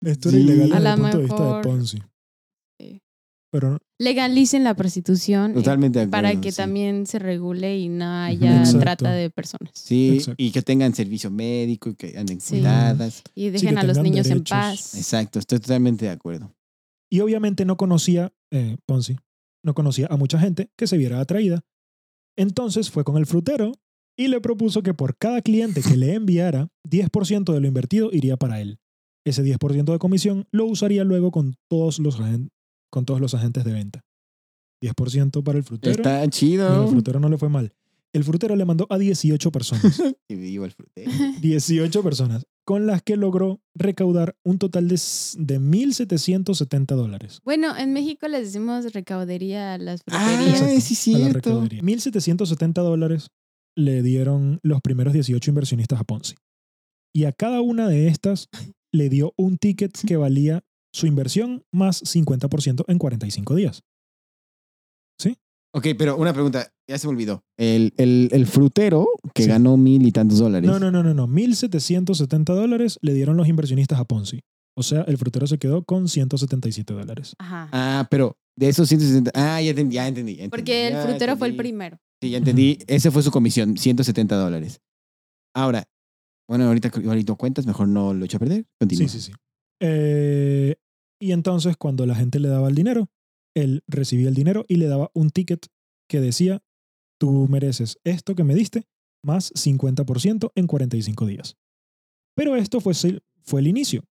S1: esto era
S2: Sí.
S1: ilegal
S2: A
S1: desde
S3: la
S1: el punto de vista de
S3: mejor-
S1: Ponzi.
S3: Sí.
S1: Pero
S3: legalicen la prostitución eh,
S2: Totalmente de acuerdo.
S3: para que
S2: sí.
S3: también se regule y no
S2: Ujú.
S3: haya
S2: Exacto.
S3: trata de personas.
S2: Sí,
S1: Exacto.
S2: y que tengan servicio médico y que anden
S3: Sí.
S2: cuidadas.
S3: Y
S1: que
S3: dejen a los
S1: tengan
S3: niños en
S1: derechos.
S3: paz.
S2: Exacto, estoy totalmente de acuerdo.
S1: Y obviamente no conocía, eh, Ponzi, no conocía a mucha gente que se viera atraída. Entonces fue con el frutero y le propuso que por cada cliente que le enviara, 10% de lo invertido iría para él. Ese 10% de comisión lo usaría luego con todos los, agen- con todos los agentes de venta. 10% para el frutero.
S2: Está
S1: Bueno,
S2: chido.
S1: al frutero no le fue mal. El frutero le mandó a 18 personas.
S2: Y vivo el frutero.
S1: 18 personas, con las que logró recaudar un total de, s- de 1.770 dólares.
S3: Bueno, en México les decimos recaudería a las fruterías.
S2: Ah, sí,
S1: a la
S2: cierto.
S1: recaudería. 1.770 dólares le dieron los primeros 18 inversionistas a Ponzi. Y a cada una de estas le dio un ticket que valía su inversión más 50% en 45 días.
S2: Ok, pero una pregunta, ya se me olvidó. El, el, el frutero que
S1: Sí.
S2: ganó mil y tantos dólares.
S1: No, no, no, no, no. 1.770 dólares le dieron los inversionistas a Ponzi. O sea, el frutero se quedó con 177 dólares.
S3: Ajá.
S2: Ah, pero de esos 160. Ah, ya entendí, ya entendí. ya entendí,
S3: Porque el
S2: ya
S3: frutero fue el
S2: entendí.
S3: primero.
S2: Sí, ya entendí. Esa fue su comisión, 170 dólares. Ahora, bueno, ahorita, ahorita cuentas, mejor no lo echo a perder. Continúa.
S1: Sí, sí, sí. Eh, y entonces cuando la gente le daba el dinero, él recibía el dinero y le daba un ticket que decía, tú mereces esto que me diste, más 50% en 45 días. Pero esto fue, el- fue el inicio.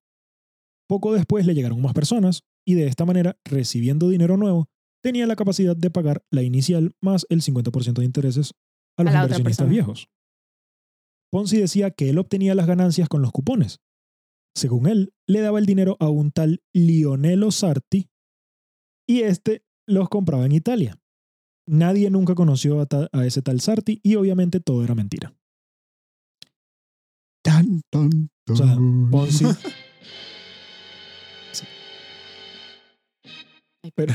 S1: Poco después le llegaron más personas y de esta manera, recibiendo dinero nuevo, tenía la capacidad de pagar la inicial más el 50% de intereses a los
S3: la otra
S1: inversionistas
S3: persona.
S1: viejos. Ponzi decía que él obtenía las ganancias con los cupones. Según él, le daba el dinero a un tal Lionello Sarti y este los compraba en Italia. Nadie nunca conoció a, ta- a ese tal Sarti y obviamente todo era mentira.
S2: Tan, tan,
S1: O sea,
S2: tan.
S1: Ponzi. Sí. Pero,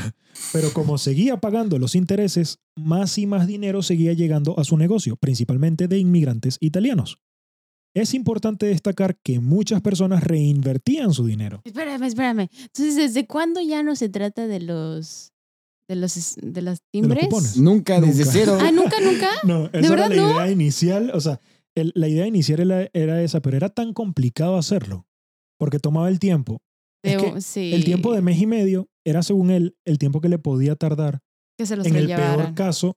S1: pero como seguía pagando los intereses, más y más dinero seguía llegando a su negocio, principalmente de inmigrantes italianos. Es importante destacar que muchas personas reinvertían su dinero.
S3: Espérame, espérame. Entonces, ¿desde cuándo ya no se trata de los de los es- de las timbres?
S1: cupones.
S2: Nunca, desde
S1: Nunca.
S2: cero.
S3: ah, nunca, nunca.
S1: No, esa era
S3: verdad
S1: la
S3: no?
S1: idea inicial. O sea, el- la idea inicial era, era esa, pero era tan complicado hacerlo porque tomaba el tiempo. Es
S3: De-
S1: que
S3: sí.
S1: El tiempo de mes y medio era, según él, el tiempo que le podía tardar
S3: que se los
S1: en el
S3: rellevaran.
S1: peor caso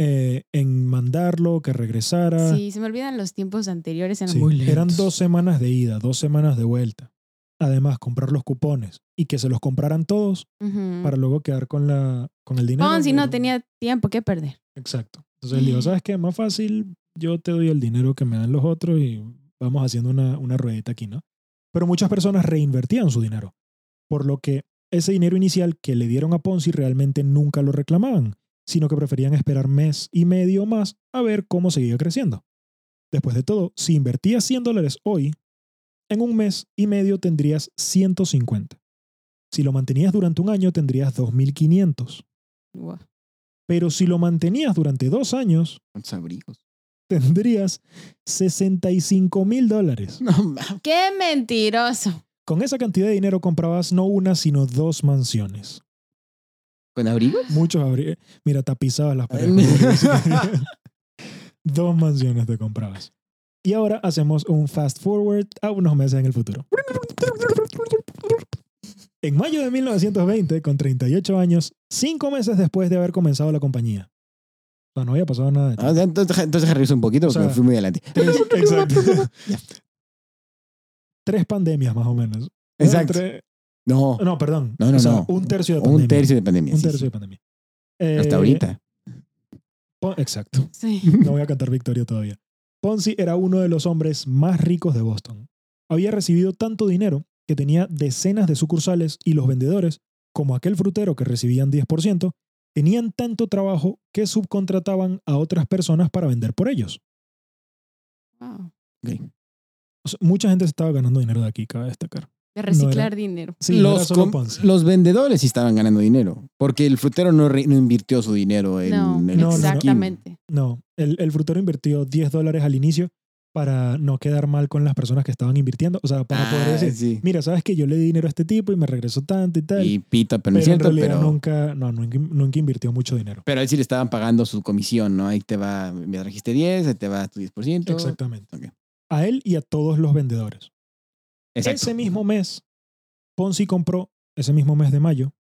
S1: eh, en mandarlo, que regresara.
S3: Sí, se me olvidan los tiempos anteriores eran
S1: Sí,
S3: muy
S1: eran
S3: lentos.
S1: dos semanas de ida, dos semanas de vuelta. Además, comprar los cupones y que se los compraran todos
S3: Ujú.
S1: para luego quedar con, la, con el dinero.
S3: Ponzi Mm. no
S1: Era-
S3: tenía tiempo que perder.
S1: Exacto. Entonces él dijo, ¿sabes qué? Más fácil, yo te doy el dinero que me dan los otros y vamos haciendo una, una ruedita aquí, ¿no? Pero muchas personas reinvertían su dinero, por lo que ese dinero inicial que le dieron a Ponzi realmente nunca lo reclamaban, sino que preferían esperar mes y medio más a ver cómo seguía creciendo. Después de todo, si invertías 100 dólares hoy, en un mes y medio tendrías 150. Si lo mantenías durante un año tendrías 2500.
S3: Guau.
S1: Pero si lo mantenías durante dos años,
S2: ¿Cuántos abrigos?
S1: tendrías 65 mil dólares.
S2: No mames.
S3: ¡Qué mentiroso!
S1: Con esa cantidad de dinero comprabas no una, sino dos mansiones.
S2: ¿Con abrigos?
S1: Muchos abri- Mira, tapizabas las paredes. dos mansiones te comprabas. Y ahora hacemos un fast forward a unos meses en el futuro. En mayo de 1920, con 38 años, cinco meses después de haber comenzado la compañía. O sea, no había pasado nada. de
S2: Ah, o sea, entonces, entonces regreso un poquito
S1: O
S2: porque
S1: sea,
S2: me fui muy adelante.
S1: Tres, exacto.
S2: Ya.
S1: Tres pandemias más o menos.
S2: Exacto.
S1: Tres-
S2: No,
S1: no, perdón.
S2: No, no,
S1: O sea,
S2: no.
S1: Un tercio de pandemia.
S2: un tercio de pandemia.
S1: Un
S2: sí,
S1: tercio
S2: sí.
S1: de pandemia. Eh,
S2: Hasta ahorita.
S1: Pon- Exacto.
S3: Sí.
S1: No voy a cantar Victoria todavía. Ponzi era uno de los hombres más ricos de Boston. Había recibido tanto dinero que tenía decenas de sucursales y los vendedores, como aquel frutero que recibían 10%, tenían tanto trabajo que subcontrataban a otras personas para vender por ellos.
S3: Wow.
S1: O sea, mucha gente se estaba ganando dinero de aquí, cabe destacar.
S3: De reciclar dinero.
S1: Sí, no era
S2: los,
S1: solo
S2: com-
S1: Ponzi.
S2: los vendedores sí estaban ganando dinero, porque el frutero no, re- no invirtió su dinero en
S3: No,
S2: en el
S1: no, no.
S3: exactamente.
S1: No, el, el frutero invirtió 10 dólares al inicio para no quedar mal con las personas que estaban invirtiendo. O sea, para poder
S2: Ah,
S1: decir,
S2: sí.
S1: mira, sabes que yo le di dinero a este tipo y me regresó tanto y tal.
S2: Y pita, pero, no
S1: pero
S2: es
S1: en
S2: cierto,
S1: realidad
S2: pero,
S1: nunca, no, nunca, nunca invirtió mucho dinero.
S2: pero a él sí le estaban pagando su comisión, ¿no? Ahí te va, me trajiste 10, ahí te va tu 10%.
S1: Exactamente.
S2: Ok.
S1: A él y a todos los vendedores.
S2: Exacto.
S1: Ese mismo mes, Ponzi compró, ese mismo mes de mayo,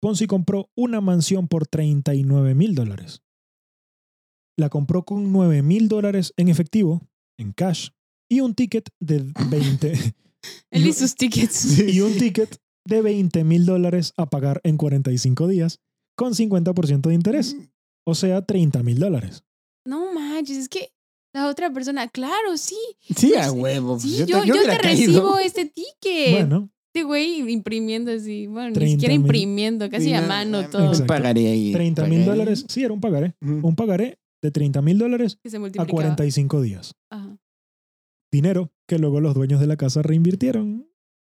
S1: Ponzi compró una mansión por 39 mil dólares. La compró con 9 mil dólares en efectivo, en cash, y un ticket de 20.
S3: Él
S1: y
S3: y
S1: un-
S3: sus tickets.
S1: y un ticket de 20 mil dólares a pagar en 45 días con 50% de interés. O sea, 30 mil dólares.
S3: No manches, es que la otra persona, claro, sí.
S2: Sí,
S3: Pues,
S2: a huevo. pues
S3: Sí,
S2: yo,
S3: yo, yo, te
S2: hubiera caído.
S3: recibo este ticket.
S1: Bueno,
S3: Este güey imprimiendo así, bueno, ni
S1: 30
S3: siquiera
S1: mil.
S3: imprimiendo, casi
S2: Sí,
S3: a
S2: no,
S3: mano
S2: no,
S3: todo.
S1: Exacto.
S2: Pagaré ahí.
S1: 30 mil
S2: pagaré.
S1: dólares. Sí, era un pagaré.
S2: Ujú.
S1: Un pagaré de 30 mil dólares
S3: Que se
S1: a
S3: multiplicaba.
S1: 45 días.
S3: Ajá.
S1: Dinero que luego los dueños de la casa reinvirtieron.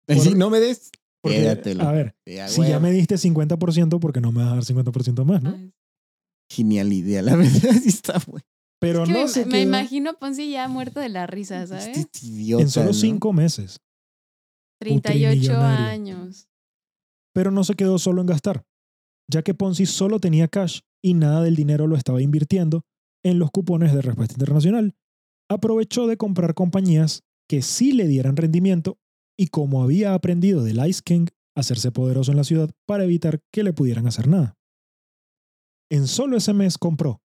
S2: Sí,
S1: por-
S2: no me des.
S1: Porque,
S2: Quédatelo.
S1: A ver,
S2: Sí, a
S1: si ya
S2: huevo.
S1: me diste 50%, porque no me vas a dar 50% más, no?
S3: Ay,
S2: Genial idea, la verdad. Sí está bueno.
S1: Pero
S3: es que
S1: no
S3: me,
S1: se
S3: me
S1: quedó
S3: imagino a Ponzi ya muerto de la risa, ¿sabes?
S2: Este idiota,
S1: en solo
S2: ¿no?
S1: 5 meses.
S3: 38
S1: Ultramillonario.
S3: años.
S1: Pero no se quedó solo en gastar, ya que Ponzi solo tenía cash y nada del dinero lo estaba invirtiendo en los cupones de respuesta internacional. Aprovechó de comprar compañías que sí le dieran rendimiento y como había aprendido del Ice King, hacerse poderoso en la ciudad para evitar que le pudieran hacer nada. En solo ese mes compró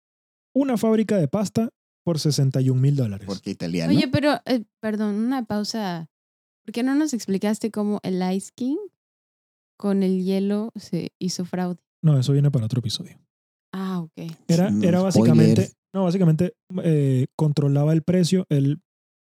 S1: una fábrica de pasta por 61 mil dólares.
S2: Porque italiano.
S3: Oye, pero, eh, perdón, una pausa. ¿Por qué no nos explicaste cómo el Ice King con el hielo se hizo fraude?
S1: No, eso viene para otro episodio.
S3: Ah, ok.
S1: Era,
S2: No,
S1: era
S2: spoiler.
S1: básicamente, no, básicamente eh, controlaba el precio. Él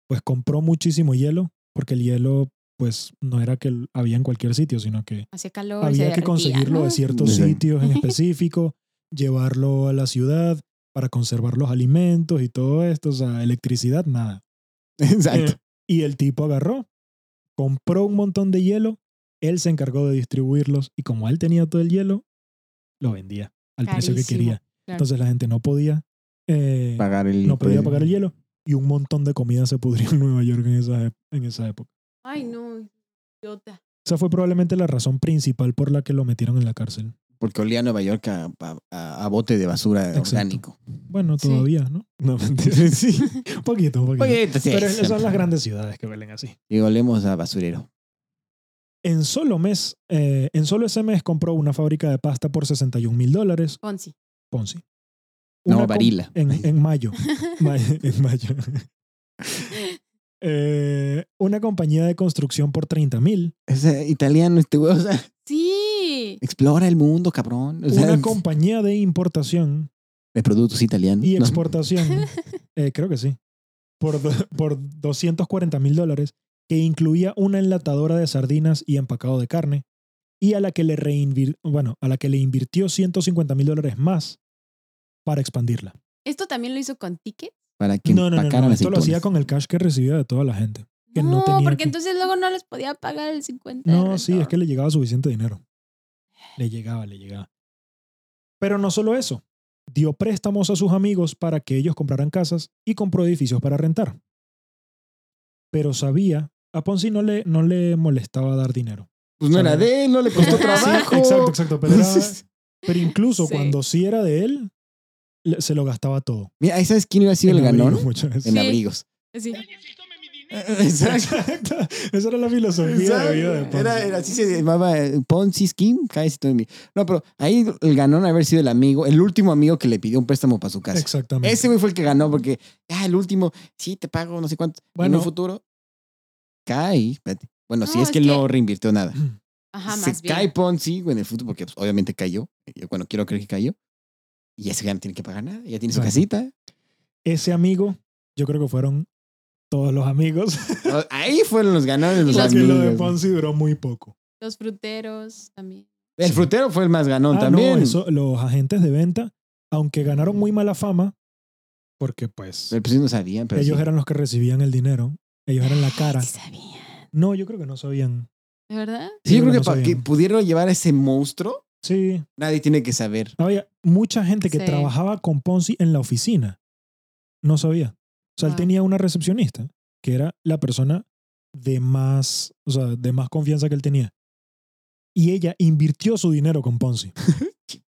S1: pues compró muchísimo hielo, porque el hielo pues no era que l- había en cualquier sitio, sino que
S3: Hacía calor. se
S1: había que
S3: derretía,
S1: conseguirlo de
S3: ¿no?
S1: ciertos
S2: Sí.
S1: sitios en específico, llevarlo a la ciudad para conservar los alimentos y todo esto, o sea, electricidad, nada.
S2: Exacto.
S1: Eh, y el tipo agarró, compró un montón de hielo, él se encargó de distribuirlos y como él tenía todo el hielo, lo vendía al precio que
S3: Carísimo,
S1: quería.
S3: claro.
S1: Entonces la gente no podía, eh,
S2: pagar el.
S1: no podía pagar el hielo y un montón de comida se pudrió en Nueva York en esa, ep- en esa época.
S3: Ay, no, idiota.
S1: Esa fue probablemente la razón principal por la que lo metieron en la cárcel.
S2: Porque olía a Nueva York a, a- a- a bote de basura
S1: Exacto.
S2: orgánico.
S1: Bueno,
S3: Sí.
S1: todavía, ¿no? No, mentira.
S2: sí.
S1: Un poquito, un poquito.
S2: Oye, sí,
S1: Pero
S2: sí.
S1: son las grandes ciudades que huelen así.
S2: Y olemos a basurero.
S1: En solo mes, eh, en solo ese mes compró una fábrica de pasta por 61 mil dólares,
S3: Ponzi.
S1: Ponzi.
S2: No,
S1: Una com-
S2: varila.
S1: En, en mayo. Ma- en mayo. Eh, una compañía de construcción por 30 mil.
S2: Es eh, italiano este güey. O sea,
S3: Sí.
S2: explora el mundo, cabrón. O sea,
S1: una compañía de importación
S2: de productos italianos.
S1: y
S2: No.
S1: exportación, eh, creo que sí, por, do- por 240 mil dólares, que incluía una enlatadora de sardinas y empacado de carne, y a la que le, reinvir- bueno, a la que le invirtió 150 mil dólares más para expandirla.
S3: ¿Esto también lo hizo con ticket?
S2: Para que
S1: No, no, no,
S2: empacaran
S1: no, esto lo
S2: aceitunas.
S1: hacía con el cash que recibía de toda la gente. Que no tenía
S3: porque
S1: que-
S3: entonces luego no les podía pagar el 50. de
S1: No, sí, es
S3: retorno.
S1: que le llegaba suficiente dinero. Le llegaba, le llegaba. Pero no solo eso. Dio préstamos a sus amigos para que ellos compraran casas y compró edificios para rentar. Pero sabía, a Ponzi no le, no le molestaba dar dinero.
S2: Pues no era de él, no le costó
S1: Sí,
S2: trabajo.
S1: exacto, exacto. Pero, era- pero incluso
S3: Sí.
S1: cuando sí era de él, le- se lo gastaba todo.
S2: Mira, ahí sabes quién iba a ser el
S1: abrigos
S2: ganón.
S1: muchas veces.
S2: En
S3: Sí.
S2: abrigos.
S3: Eh, Sí.
S2: Eh, Exacto.
S1: Exacto. Esa era la filosofía de vida de Ponzi.
S2: Era, era- así se llamaba eh, Ponzi Scheme. cállese todo de mí. No, pero ahí el ganón haber sido el amigo, el último amigo que le pidió un préstamo para su casa.
S1: Exactamente.
S2: Ese güey fue el que ganó porque, ah, el último, sí, te pago no sé cuánto.
S1: Bueno.
S2: en un futuro, cae. espérate. Bueno, si
S3: No,
S2: es
S3: es
S2: que,
S3: que-
S2: no reinvirtió nada.
S3: Ajá,
S2: se
S3: más
S1: pues.
S3: bien.
S2: cae Ponzi güey, en el futuro porque pues, obviamente cayó. Yo, Bueno, quiero creer que cayó. Y ese güey ya no tiene que pagar nada. Ya tiene su
S1: Claro.
S2: casita.
S1: Ese amigo, yo creo que fueron todos los amigos.
S2: Ahí fueron los ganadores.
S3: Y
S2: Los
S3: los-
S1: Porque lo de
S2: amigos.
S1: Ponzi duró muy poco.
S3: Los fruteros también.
S2: El
S1: Sí.
S2: frutero fue el más ganón
S1: Ah,
S2: también.
S1: no, eso, los agentes de venta, aunque ganaron muy mala fama, porque pues
S2: Pero pues sí no sabían, pero
S1: ellos
S2: sí.
S1: eran los que recibían el dinero, ellos eran la cara.
S3: Sí sabía.
S1: No, yo creo que no sabían.
S3: ¿De verdad?
S2: Sí, yo creo que
S1: no
S2: para que
S1: sabían.
S2: pudieron llevar a ese monstruo,
S1: Sí,
S2: nadie tiene que saber.
S1: había mucha gente que
S3: Sí.
S1: trabajaba con Ponzi en la oficina. No sabía. O sea, él
S3: Wow.
S1: tenía una recepcionista, que era la persona de más, o sea, de más confianza que él tenía. Y ella invirtió su dinero con Ponzi.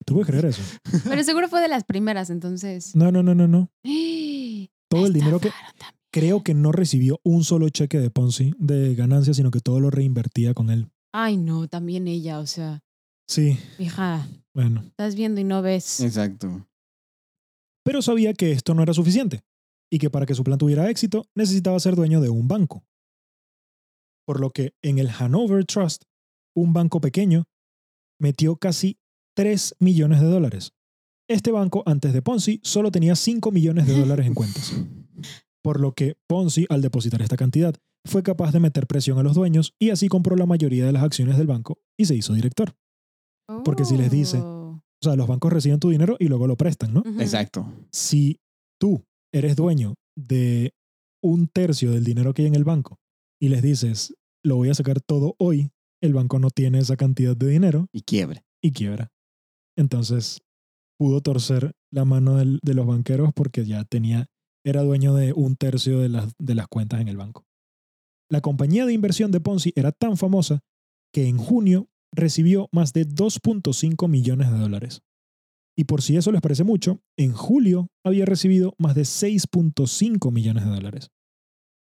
S1: ¿Tú puedes creer eso?
S3: Pero seguro fue de las primeras, entonces.
S1: No, no, no, no, no.
S3: Todo
S1: Todo el dinero Mm. que
S3: También.
S1: creo que no recibió un solo cheque de Ponzi de ganancia, sino que todo lo reinvertía con él.
S3: Ay, no, también ella, o sea,
S1: Sí,
S3: hija,
S1: bueno.
S3: estás viendo y no ves.
S2: Exacto.
S1: Pero sabía que esto no era suficiente y que para que su plan tuviera éxito necesitaba ser dueño de un banco. Por lo que en el Hanover Trust, un banco pequeño, metió casi 3 millones de dólares. Este banco, antes de Ponzi, solo tenía 5 millones de dólares en cuentas. por lo que Ponzi, al depositar esta cantidad, fue capaz de meter presión a los dueños y así compró la mayoría de las acciones del banco y se hizo director. porque si les dice.
S3: Oh.
S1: O sea, los bancos reciben tu dinero y luego lo prestan, ¿no?
S3: Ujú.
S2: Exacto.
S1: Si tú eres dueño de un tercio del dinero que hay en el banco y les dices, lo voy a sacar todo hoy, el banco no tiene esa cantidad de dinero
S2: Y quiebra.
S1: y quiebra. Entonces, pudo torcer la mano del- de los banqueros porque ya tenía, era dueño de un tercio de las, de las cuentas en el banco. La compañía de inversión de Ponzi era tan famosa que en junio recibió más de 2.5 millones de dólares. Y por si eso les parece mucho, en julio había recibido más de 6.5 millones de dólares.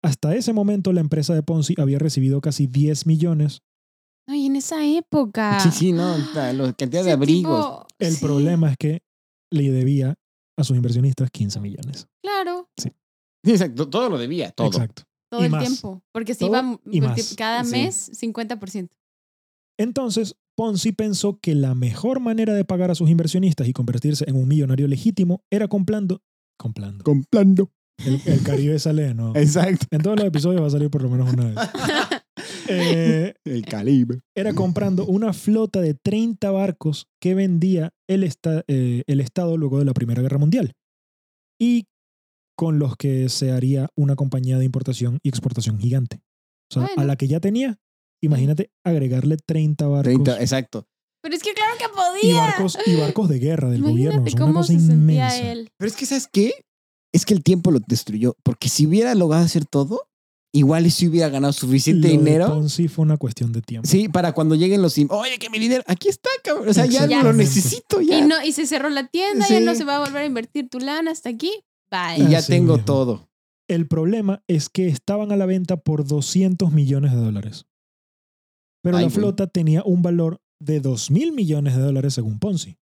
S1: Hasta ese momento la empresa de Ponzi había recibido casi 10 millones
S3: Ay, en esa época.
S2: Sí, sí, no. La, la cantidad de abrigos.
S1: El
S3: sí,
S1: problema es que le debía a sus inversionistas 15 millones.
S3: Claro,
S2: Sí, exacto. Todo lo debía. Todo.
S1: Exacto.
S3: todo
S1: Y
S3: el
S1: más.
S3: tiempo. Porque si
S1: Todo
S3: iba
S1: y más.
S3: multi- cada
S2: Sí.
S3: mes, 50%.
S1: Entonces, Ponzi pensó que la mejor manera de pagar a sus inversionistas y convertirse en un millonario legítimo era comprando. Comprando.
S2: Comprando.
S1: El, el Caribe sale, ¿no?
S2: Exacto.
S1: En todos los episodios va a salir por lo menos una vez. Eh,
S2: El calibre.
S1: era comprando una flota de 30 barcos que vendía el, esta- eh, el Estado luego de la Primera Guerra Mundial y con los que se haría una compañía de importación y exportación gigante. O sea,
S3: Bueno.
S1: a la que ya tenía, imagínate agregarle 30 barcos
S2: 30, exacto.
S3: Pero es que claro que podía.
S1: y barcos y barcos de guerra del gobierno,
S3: Imagínate
S1: es una
S3: cómo
S1: cosa
S3: se
S1: inmensa.
S3: sentía él.
S2: Pero es que, ¿sabes qué? Es que el tiempo lo destruyó. Porque si hubiera logrado hacer todo, igual y si hubiera ganado suficiente
S1: Lo de
S2: dinero.
S1: Ponzi fue una cuestión de tiempo.
S2: Sí, para cuando lleguen los sim. Oye, que mi líder, aquí está, cabrón. O sea, ya
S1: Exactamente.
S2: lo necesito, ya.
S3: Y, no, y se cerró la tienda, ya
S2: Sí.
S3: no se va a volver a invertir tu lana hasta aquí. Bye.
S2: Y ya
S1: Así
S2: tengo
S1: mismo.
S2: todo.
S1: El problema es que estaban a la venta por 200 millones de dólares. Pero
S2: Ay,
S1: la
S2: güey.
S1: flota tenía un valor de 2 mil millones de dólares según Ponzi.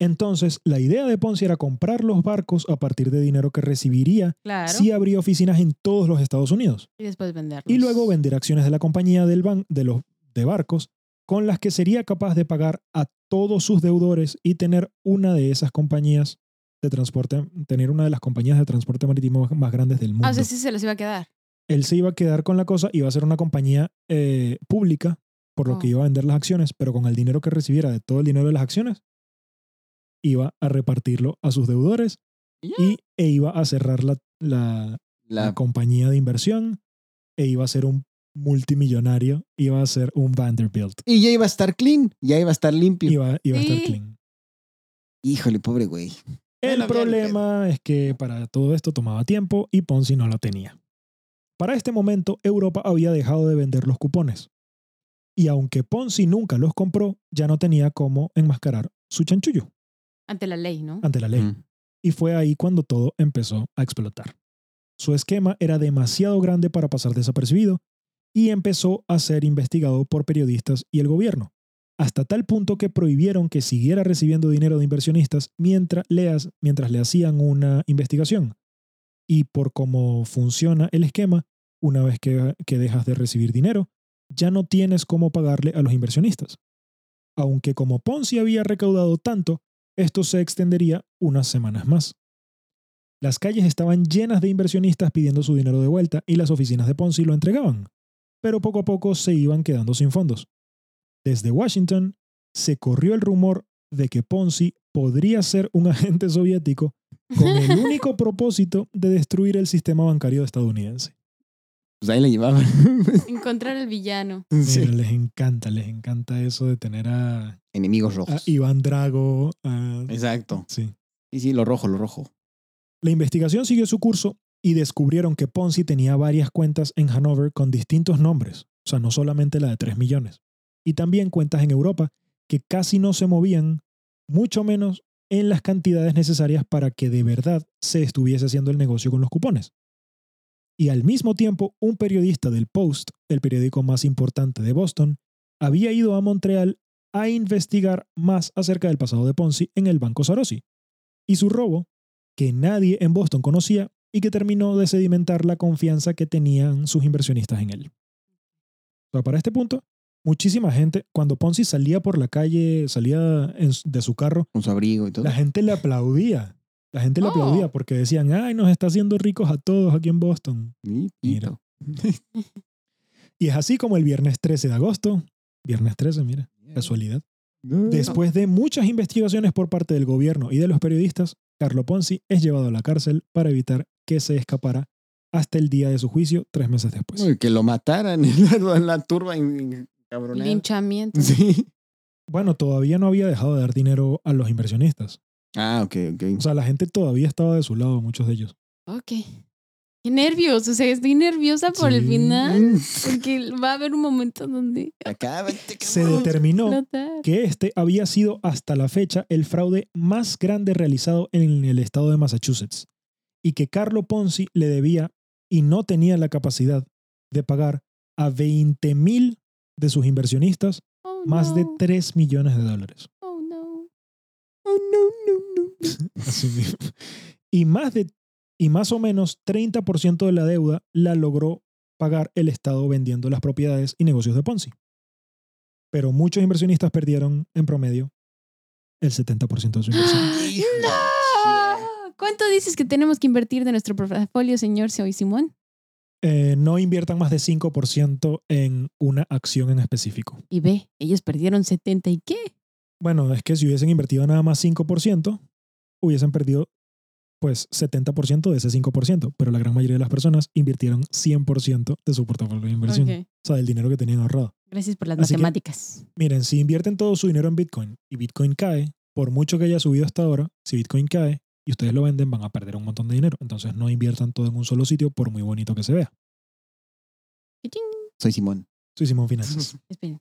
S1: Entonces, la idea de Ponzi era comprar los barcos a partir de dinero que recibiría
S3: Claro.
S1: si abría oficinas en todos los Estados Unidos
S3: y después venderlo.
S1: y luego vender acciones de la compañía del ban de los de barcos con las que sería capaz de pagar a todos sus deudores y tener una de esas compañías de transporte, tener una de las compañías de transporte marítimo más grandes del mundo
S3: Ah, o sea, sí se los iba a quedar.
S1: él se iba a quedar con la cosa, iba a ser una compañía eh, pública, por lo que
S3: Oh.
S2: Mm.
S1: iba a vender las acciones, pero con el dinero que recibiera de todo el dinero de las acciones, iba a repartirlo a sus deudores
S2: Ya.
S1: y, e iba a cerrar la, la-
S2: La-
S1: la compañía de inversión e iba a ser un multimillonario, iba a ser un Vanderbilt,
S2: Y ya iba a estar clean, ya iba a estar limpio.
S1: iba, iba a estar
S3: Sí.
S1: clean.
S2: Híjole, pobre güey.
S1: El
S2: Bueno, bien,
S1: problema es que para todo esto tomaba tiempo y Ponzi no lo tenía. Para este momento, Europa había dejado de vender los cupones. Y aunque Ponzi nunca los compró, ya no tenía cómo enmascarar su chanchullo
S3: Ante la ley, ¿no?
S1: ante la ley.
S2: Mm.
S1: Y fue ahí cuando todo empezó a explotar. Su esquema era demasiado grande para pasar desapercibido y empezó a ser investigado por periodistas y el gobierno, hasta tal punto que prohibieron que siguiera recibiendo dinero de inversionistas mientras le, ha- mientras le hacían una investigación. Y por cómo funciona el esquema, una vez que, que dejas de recibir dinero, ya no tienes cómo pagarle a los inversionistas. Aunque como Ponzi había recaudado tanto, esto se extendería unas semanas más. Las calles estaban llenas de inversionistas pidiendo su dinero de vuelta y las oficinas de Ponzi lo entregaban, pero poco a poco se iban quedando sin fondos. Desde Washington, se corrió el rumor de que Ponzi podría ser un agente soviético con el único propósito de destruir el sistema bancario estadounidense.
S2: Pues ahí la llevaban.
S3: Encontrar el villano.
S2: Sí.
S1: Mira, les encanta, les encanta eso de tener a, a
S2: Enemigos rojos.
S1: Iván Drago. a-
S2: Exacto.
S1: sí.
S2: Sí, sí, lo rojo, lo rojo.
S1: La investigación siguió su curso y descubrieron que Ponzi tenía varias cuentas en Hanover con distintos nombres, o sea, no solamente la de 3 millones, y también cuentas en Europa que casi no se movían, mucho menos en las cantidades necesarias para que de verdad se estuviese haciendo el negocio con los cupones. Y al mismo tiempo, un periodista del Post, el periódico más importante de Boston, había ido a Montreal a investigar más acerca del pasado de Ponzi en el Banco Sarosi y su robo que nadie en Boston conocía y que terminó de sedimentar la confianza que tenían sus inversionistas en él. O sea, para este punto, muchísima gente, cuando Ponzi salía por la calle, salía en su- de su carro,
S2: Con su abrigo y todo.
S1: la gente le aplaudía. La gente le
S3: Oh.
S1: aplaudía porque decían, ay, nos está haciendo ricos a todos aquí en Boston.
S2: Y pito.
S1: Y es así como el viernes 13 de agosto, viernes 13, mira, casualidad. Después de muchas investigaciones por parte del gobierno y de los periodistas, Carlo Ponzi es llevado a la cárcel para evitar que se escapara hasta el día de su juicio, tres meses después.
S2: Uy, que lo mataran en la, en la turba en, en cabronada.
S3: Linchamiento.
S2: Sí.
S1: Bueno, todavía no había dejado de dar dinero a los inversionistas.
S2: Ah, ok,
S1: O
S2: ok.
S1: sea, la gente todavía estaba de su lado, muchos de ellos.
S3: Ok. Qué nervios. O sea, estoy nerviosa por el
S1: Sí.
S3: final.
S2: Mm,
S3: Porque va a haber un momento donde
S2: Acábate,
S1: Se
S2: cabrón.
S1: determinó
S3: explotar.
S1: que este había sido hasta la fecha el fraude más grande realizado en el estado de Massachusetts y que Carlo Ponzi le debía y no tenía la capacidad de pagar a 20 mil de sus inversionistas
S3: Oh,
S1: más de
S3: no.
S1: 3 millones de dólares.
S3: Oh, no.
S2: Oh, no, no, no.
S1: Así mismo. Y más, de, y más o menos 30% de la deuda la logró pagar el Estado vendiendo las propiedades y negocios de Ponzi. Pero muchos inversionistas perdieron en promedio el 70% de su inversión.
S2: Hijo de
S3: ¡Ah! ¡No! ¿Cuánto dices que tenemos que invertir de nuestro portafolio, señor Soy Simón?
S1: Eh, no inviertan más de 5% en una acción en específico.
S3: Y ve, ellos perdieron 70 y qué.
S1: Bueno, es que si hubiesen invertido nada más 5%, hubiesen perdido pues 70% de ese 5%, pero la gran mayoría de las personas invirtieron 100% de su portafolio de inversión,
S3: Ok.
S1: o sea, del dinero que tenían ahorrado.
S3: Gracias por las
S1: Así que-
S3: matemáticas.
S1: Miren, si invierten todo su dinero en Bitcoin y Bitcoin cae, por mucho que haya subido hasta ahora, si Bitcoin cae y ustedes lo venden, van a perder un montón de dinero. Entonces no inviertan todo en un solo sitio, por muy bonito que se vea.
S3: Chichín.
S2: Soy Simón.
S1: Soy Simón Finanzas.
S3: Esperen.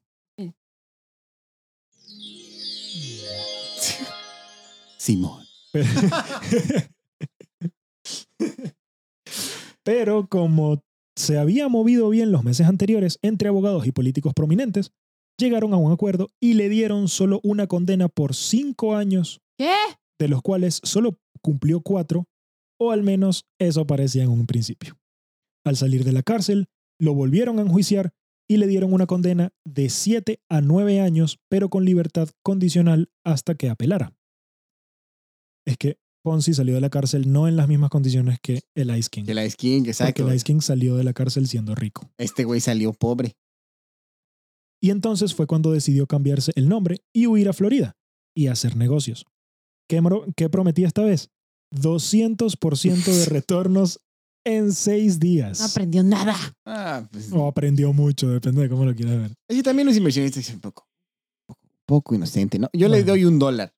S2: Simón.
S1: Pero, Pero como se había movido bien los meses anteriores entre abogados y políticos prominentes, llegaron a un acuerdo y le dieron solo una condena por cinco años,
S3: ¿Qué?
S1: de los cuales solo cumplió cuatro, o al menos eso parecía en un principio. Al salir de la cárcel, lo volvieron a enjuiciar y le dieron una condena de siete a nueve años, pero con libertad condicional hasta que apelara. Es que Ponzi salió de la cárcel no en las mismas condiciones que el Ice King.
S2: Que la skin,
S1: Porque
S2: exacto.
S1: el Ice King salió de la cárcel siendo rico.
S2: Este güey salió pobre.
S1: Y entonces fue cuando decidió cambiarse el nombre y huir a Florida y hacer negocios. ¿Qué, mro- qué prometía esta vez? 200% de retornos en seis
S3: No
S1: días.
S3: aprendió nada.
S2: Ah, pues.
S1: O aprendió mucho, depende de cómo lo quieras ver.
S2: Así también los inversionistas dicen poco. Poco, poco inocente, ¿no? Yo le
S1: Bueno. Pues
S2: doy un dólar.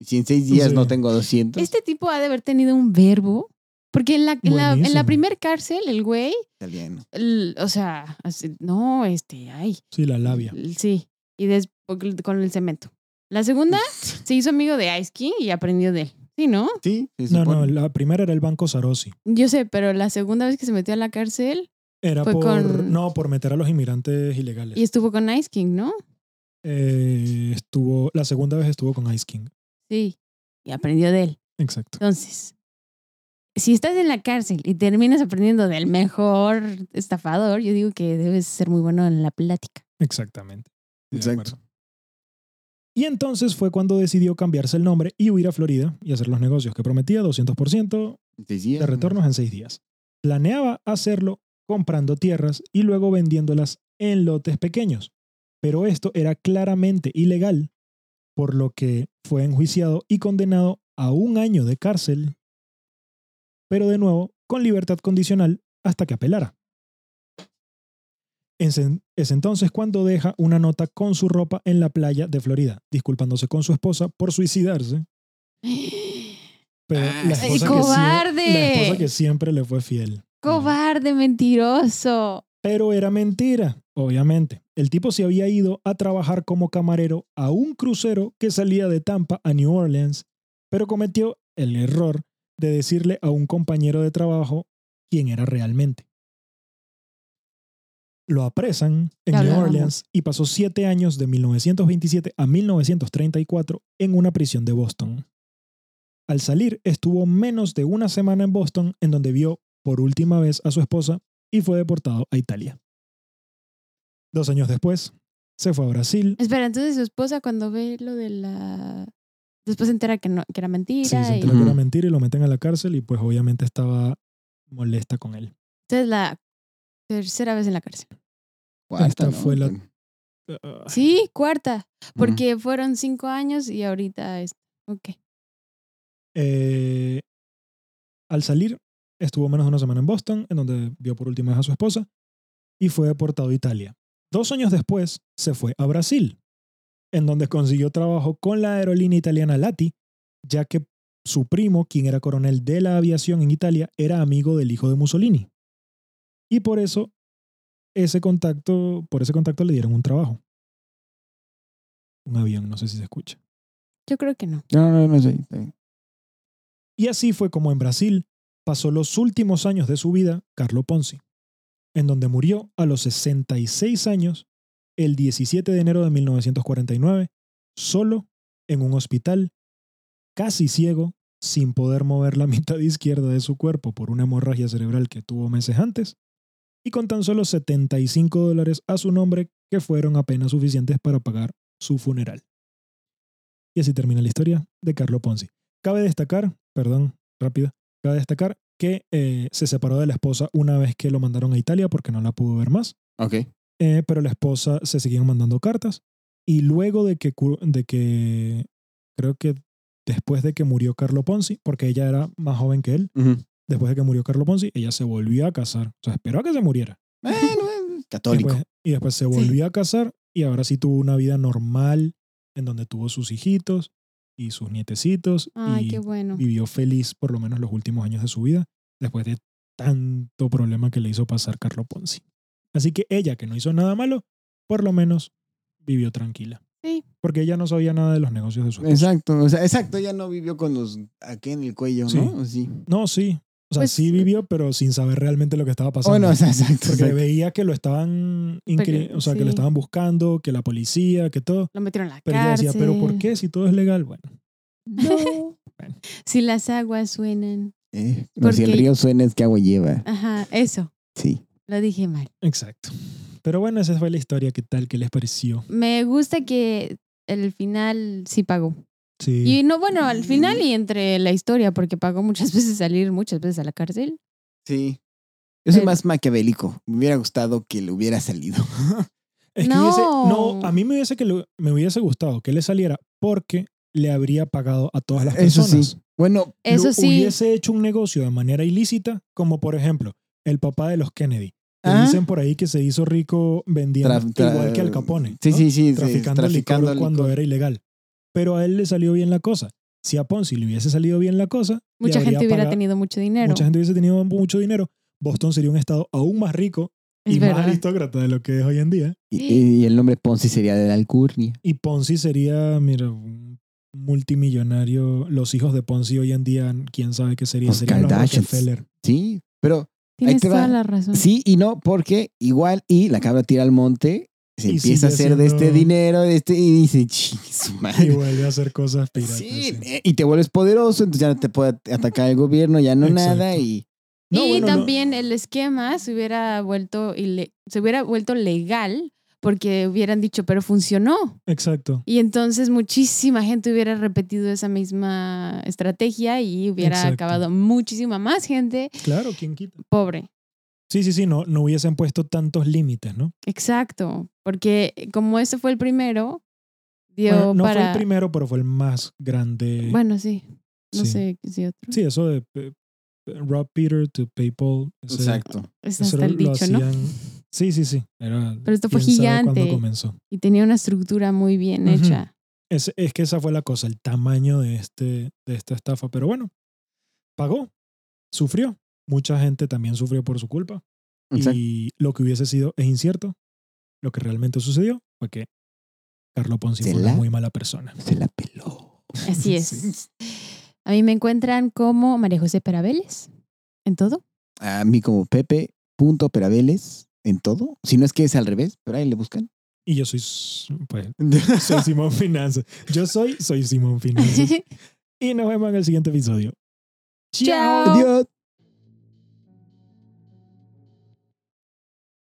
S2: Y si en seis días
S1: Sí.
S2: no tengo 200.
S3: Este tipo ha de haber tenido un verbo. Porque en la, en la, en
S1: Buenísimo.
S3: la primer cárcel, el güey,
S2: Está bien.
S3: el- o sea, así- no, este, ay.
S1: Sí, la labia.
S3: L- Sí, y después con el cemento. La segunda se hizo amigo de Ice King y aprendió de él. Sí, ¿no?
S2: Sí, se
S1: No, no,
S2: supone.
S1: la primera era el Banco Sarosi.
S3: Yo sé, pero la segunda vez que se metió a la cárcel
S1: Era
S3: Fue
S1: por...
S3: con-
S1: No, por meter a los inmigrantes ilegales.
S3: y estuvo con Ice King, ¿no?
S1: Eh, estuvo... La segunda vez estuvo con Ice King.
S3: Sí, y aprendió de él.
S1: Exacto.
S3: Entonces, si estás en la cárcel y terminas aprendiendo del mejor estafador, yo digo que debes ser muy bueno en la plática.
S1: Exactamente. De
S2: Exacto.
S1: acuerdo. Y entonces fue cuando decidió cambiarse el nombre y huir a Florida y hacer los negocios que prometía, 200%
S2: En seis días.
S1: de retornos en seis días. Planeaba hacerlo comprando tierras y luego vendiéndolas en lotes pequeños, Pero esto era claramente ilegal, por lo que fue enjuiciado y condenado a un año de cárcel, pero de nuevo con libertad condicional hasta que apelara. Es en- es entonces cuando deja una nota con su ropa en la playa de Florida, disculpándose con su esposa por suicidarse. Pero
S2: Ah,
S1: la
S2: ¡ay,
S1: esposa que sí-
S3: cobarde!
S1: la esposa que siempre le fue fiel. Mm.
S3: Cobarde, mentiroso.
S1: Pero era mentira, obviamente. El tipo se había ido a trabajar como camarero a un crucero que salía de Tampa a New Orleans, pero cometió el error de decirle a un compañero de trabajo quién era realmente. Lo apresan en
S3: Ya
S1: New
S3: hablábamos.
S1: Orleans y pasó siete años de 1927 a 1934 en una prisión de Boston. Al salir, estuvo menos de una semana en Boston, en donde vio por última vez a su esposa y fue deportado a Italia. Dos años después, se fue a Brasil.
S3: Espera, entonces su esposa cuando ve lo de la... Después se entera que, no, que era mentira.
S1: Sí, se
S3: y-
S1: enteró que era
S2: Ujú.
S1: mentira y lo meten a la cárcel y pues obviamente estaba molesta con él.
S3: Esta es la tercera vez en la cárcel.
S1: Esta
S2: Cuarta,
S1: fue la-
S2: Ujú.
S3: Sí, cuarta. Porque fueron cinco años y ahorita es... Ok.
S1: Eh, al salir, estuvo menos de una semana en Boston, en donde vio por última vez a su esposa, y fue deportado a Italia. Dos años después, se fue a Brasil, en donde consiguió trabajo con la aerolínea italiana Lati, ya que su primo, quien era coronel de la aviación en Italia, era amigo del hijo de Mussolini. Y por eso, ese contacto, por ese contacto le dieron un trabajo. Un avión, no sé si se escucha.
S3: Yo creo que no.
S2: No, no, no sé. está bien.
S1: Y así fue como en Brasil pasó los últimos años de su vida Carlo Ponzi, en donde murió a los 66 años el 17 de enero de 1949, solo en un hospital, casi ciego, sin poder mover la mitad izquierda de su cuerpo por una hemorragia cerebral que tuvo meses antes, y con tan solo 75 dólares a su nombre que fueron apenas suficientes para pagar su funeral. Y así termina la historia de Carlo Ponzi. Cabe destacar, perdón, rápido, cabe destacar que eh, se separó de la esposa una vez que lo mandaron a Italia porque no la pudo ver más,
S2: Ok.
S1: eh, pero la esposa se siguieron mandando cartas y luego de que, cu- de que, creo que después de que murió Carlo Ponzi, porque ella era más joven que él,
S2: Ujú.
S1: después de que murió Carlo Ponzi, ella se volvió a casar, o sea, esperó a que se muriera.
S2: Bueno, eh,
S1: Y
S2: católico.
S1: después, y después se volvió a casar y ahora sí tuvo una vida normal en donde tuvo sus hijitos y sus nietecitos
S3: Ay,
S1: y
S3: qué bueno.
S1: vivió feliz por lo menos los últimos años de su vida, después de tanto problema que le hizo pasar Carlo Ponzi. Así que ella, que no hizo nada malo, por lo menos vivió tranquila.
S3: Sí.
S1: Porque ella no sabía nada de los negocios de
S2: Eh.
S1: su esposo.
S2: Exacto, o sea, exacto, ya no vivió con los aquí en el cuello,
S1: Sí.
S2: ¿no? Sí.
S1: No, sí. O sea,
S3: Pues-
S1: sí vivió, pero sin saber realmente lo que estaba pasando.
S2: Bueno, o sea, exacto.
S1: porque
S2: exacto.
S1: veía que lo estaban, incre-
S3: Pero-
S1: o sea, que
S3: sí.
S1: lo estaban buscando, que la policía, que todo.
S3: Lo metieron a la
S1: Pero ella
S3: cárcel.
S1: decía, ¿pero por qué si todo es legal? Bueno,
S2: No.
S3: Si las aguas suenan.
S2: Eh, no, si el
S3: Porque-
S2: río suena es que agua lleva.
S3: Ajá, eso.
S2: Sí.
S3: Lo dije mal.
S1: exacto. Pero bueno, esa fue la historia. ¿Qué tal? ¿Qué les pareció?
S3: Me gusta que el final sí pagó.
S1: Sí.
S3: Y no, bueno, al final y entre la historia, porque pagó muchas veces salir, muchas veces a la cárcel.
S2: Sí. Yo soy
S3: Pero-
S2: más maquiavélico. Me hubiera gustado que le hubiera salido.
S1: Es que hubiese- no.
S3: No.
S1: a mí me hubiese, que lo- me hubiese gustado que le saliera porque le habría pagado a todas las
S2: Eso
S1: personas.
S2: sí. Bueno,
S1: Lo
S3: Eso sí,
S1: Hubiese hecho un negocio de manera ilícita, como por ejemplo el papá de los Kennedy. Que
S2: Ah.
S1: Dicen por ahí que se hizo rico vendiendo,
S2: traf- tra-
S1: igual que Al Capone.
S2: Sí,
S1: ¿no?
S2: sí, sí. sí,
S1: Traficando,
S2: traficando
S1: licor cuando
S2: licor.
S1: era ilegal. Pero a él le salió bien la cosa. Si a Ponzi le hubiese salido bien la cosa, le
S3: mucha
S1: habría
S3: gente hubiera
S1: pagado-
S3: tenido mucho dinero.
S1: mucha gente hubiese tenido mucho dinero. Boston sería un estado aún más rico
S3: es
S1: y más
S3: verdad.
S1: aristócrata de lo que es hoy en día.
S2: Y, y el nombre Ponzi sería de la alcurnia.
S1: Y Ponzi sería, mira, un multimillonario. Los hijos de Ponzi hoy en día, quién sabe qué sería.
S2: Los
S1: Serían los
S2: Kardashians.
S1: Rockefeller.
S2: Sí. Pero
S3: Tienes
S2: te va.
S3: toda la razón.
S2: sí y no, porque igual y la cabra tira al monte, se
S1: Y
S2: empieza a
S1: sigue
S2: hacer de este
S1: siendo-
S2: dinero, de este, y dice, "Chin, su madre.
S1: Y vuelve a hacer cosas piratas.
S2: Sí,
S1: sí.
S2: eh, y te vuelves poderoso, entonces ya no te puede at- atacar el gobierno, ya no
S1: Exacto.
S2: nada y
S1: No,
S3: y
S1: bueno, no.
S3: también el esquema se hubiera vuelto ile- se hubiera vuelto legal porque hubieran dicho, pero funcionó.
S1: Exacto.
S3: Y entonces muchísima gente hubiera repetido esa misma estrategia y hubiera
S1: Exacto.
S3: acabado muchísima más gente
S1: Claro, ¿quién quita?
S3: pobre.
S1: Sí, sí, sí, no, no hubiesen puesto tantos límites, ¿no?
S3: Exacto. Porque como este fue el primero, dio
S1: Bueno, no fue
S3: para...
S1: el primero, pero fue el más grande.
S3: Bueno, sí. No
S1: Sí.
S3: sé si otro.
S1: Sí, eso de eh, Rob Peter to PayPal. ese-
S2: Exacto.
S3: Es
S1: eso
S3: hasta el
S1: lo
S3: dicho, ¿no?
S1: hacían- Sí, sí, sí. Era,
S3: Pero esto fue
S1: quién sabe cuándo
S3: gigante.
S1: comenzó.
S3: Y tenía una estructura muy bien
S1: Ujú.
S3: hecha.
S1: Es, es que esa fue la cosa, el tamaño de, este, de esta estafa. Pero bueno, pagó, sufrió. Mucha gente también sufrió por su culpa.
S2: Exacto.
S1: Y lo que hubiese sido es incierto. Lo que realmente sucedió fue que Carlo Ponzi
S2: Se
S1: fue una
S2: la-
S1: muy mala persona.
S2: Se la peló.
S3: Así es. A mí me encuentran como María José Pera Vélez en todo.
S2: A mí como Pepe.peraveles en todo. Si no es que es al revés, pero ahí le buscan.
S1: Y yo soy, s- pues, soy Simón Finanzas. Yo soy, soy Simón Finanzas. Y nos vemos en el siguiente episodio.
S3: Chao.
S2: Adiós.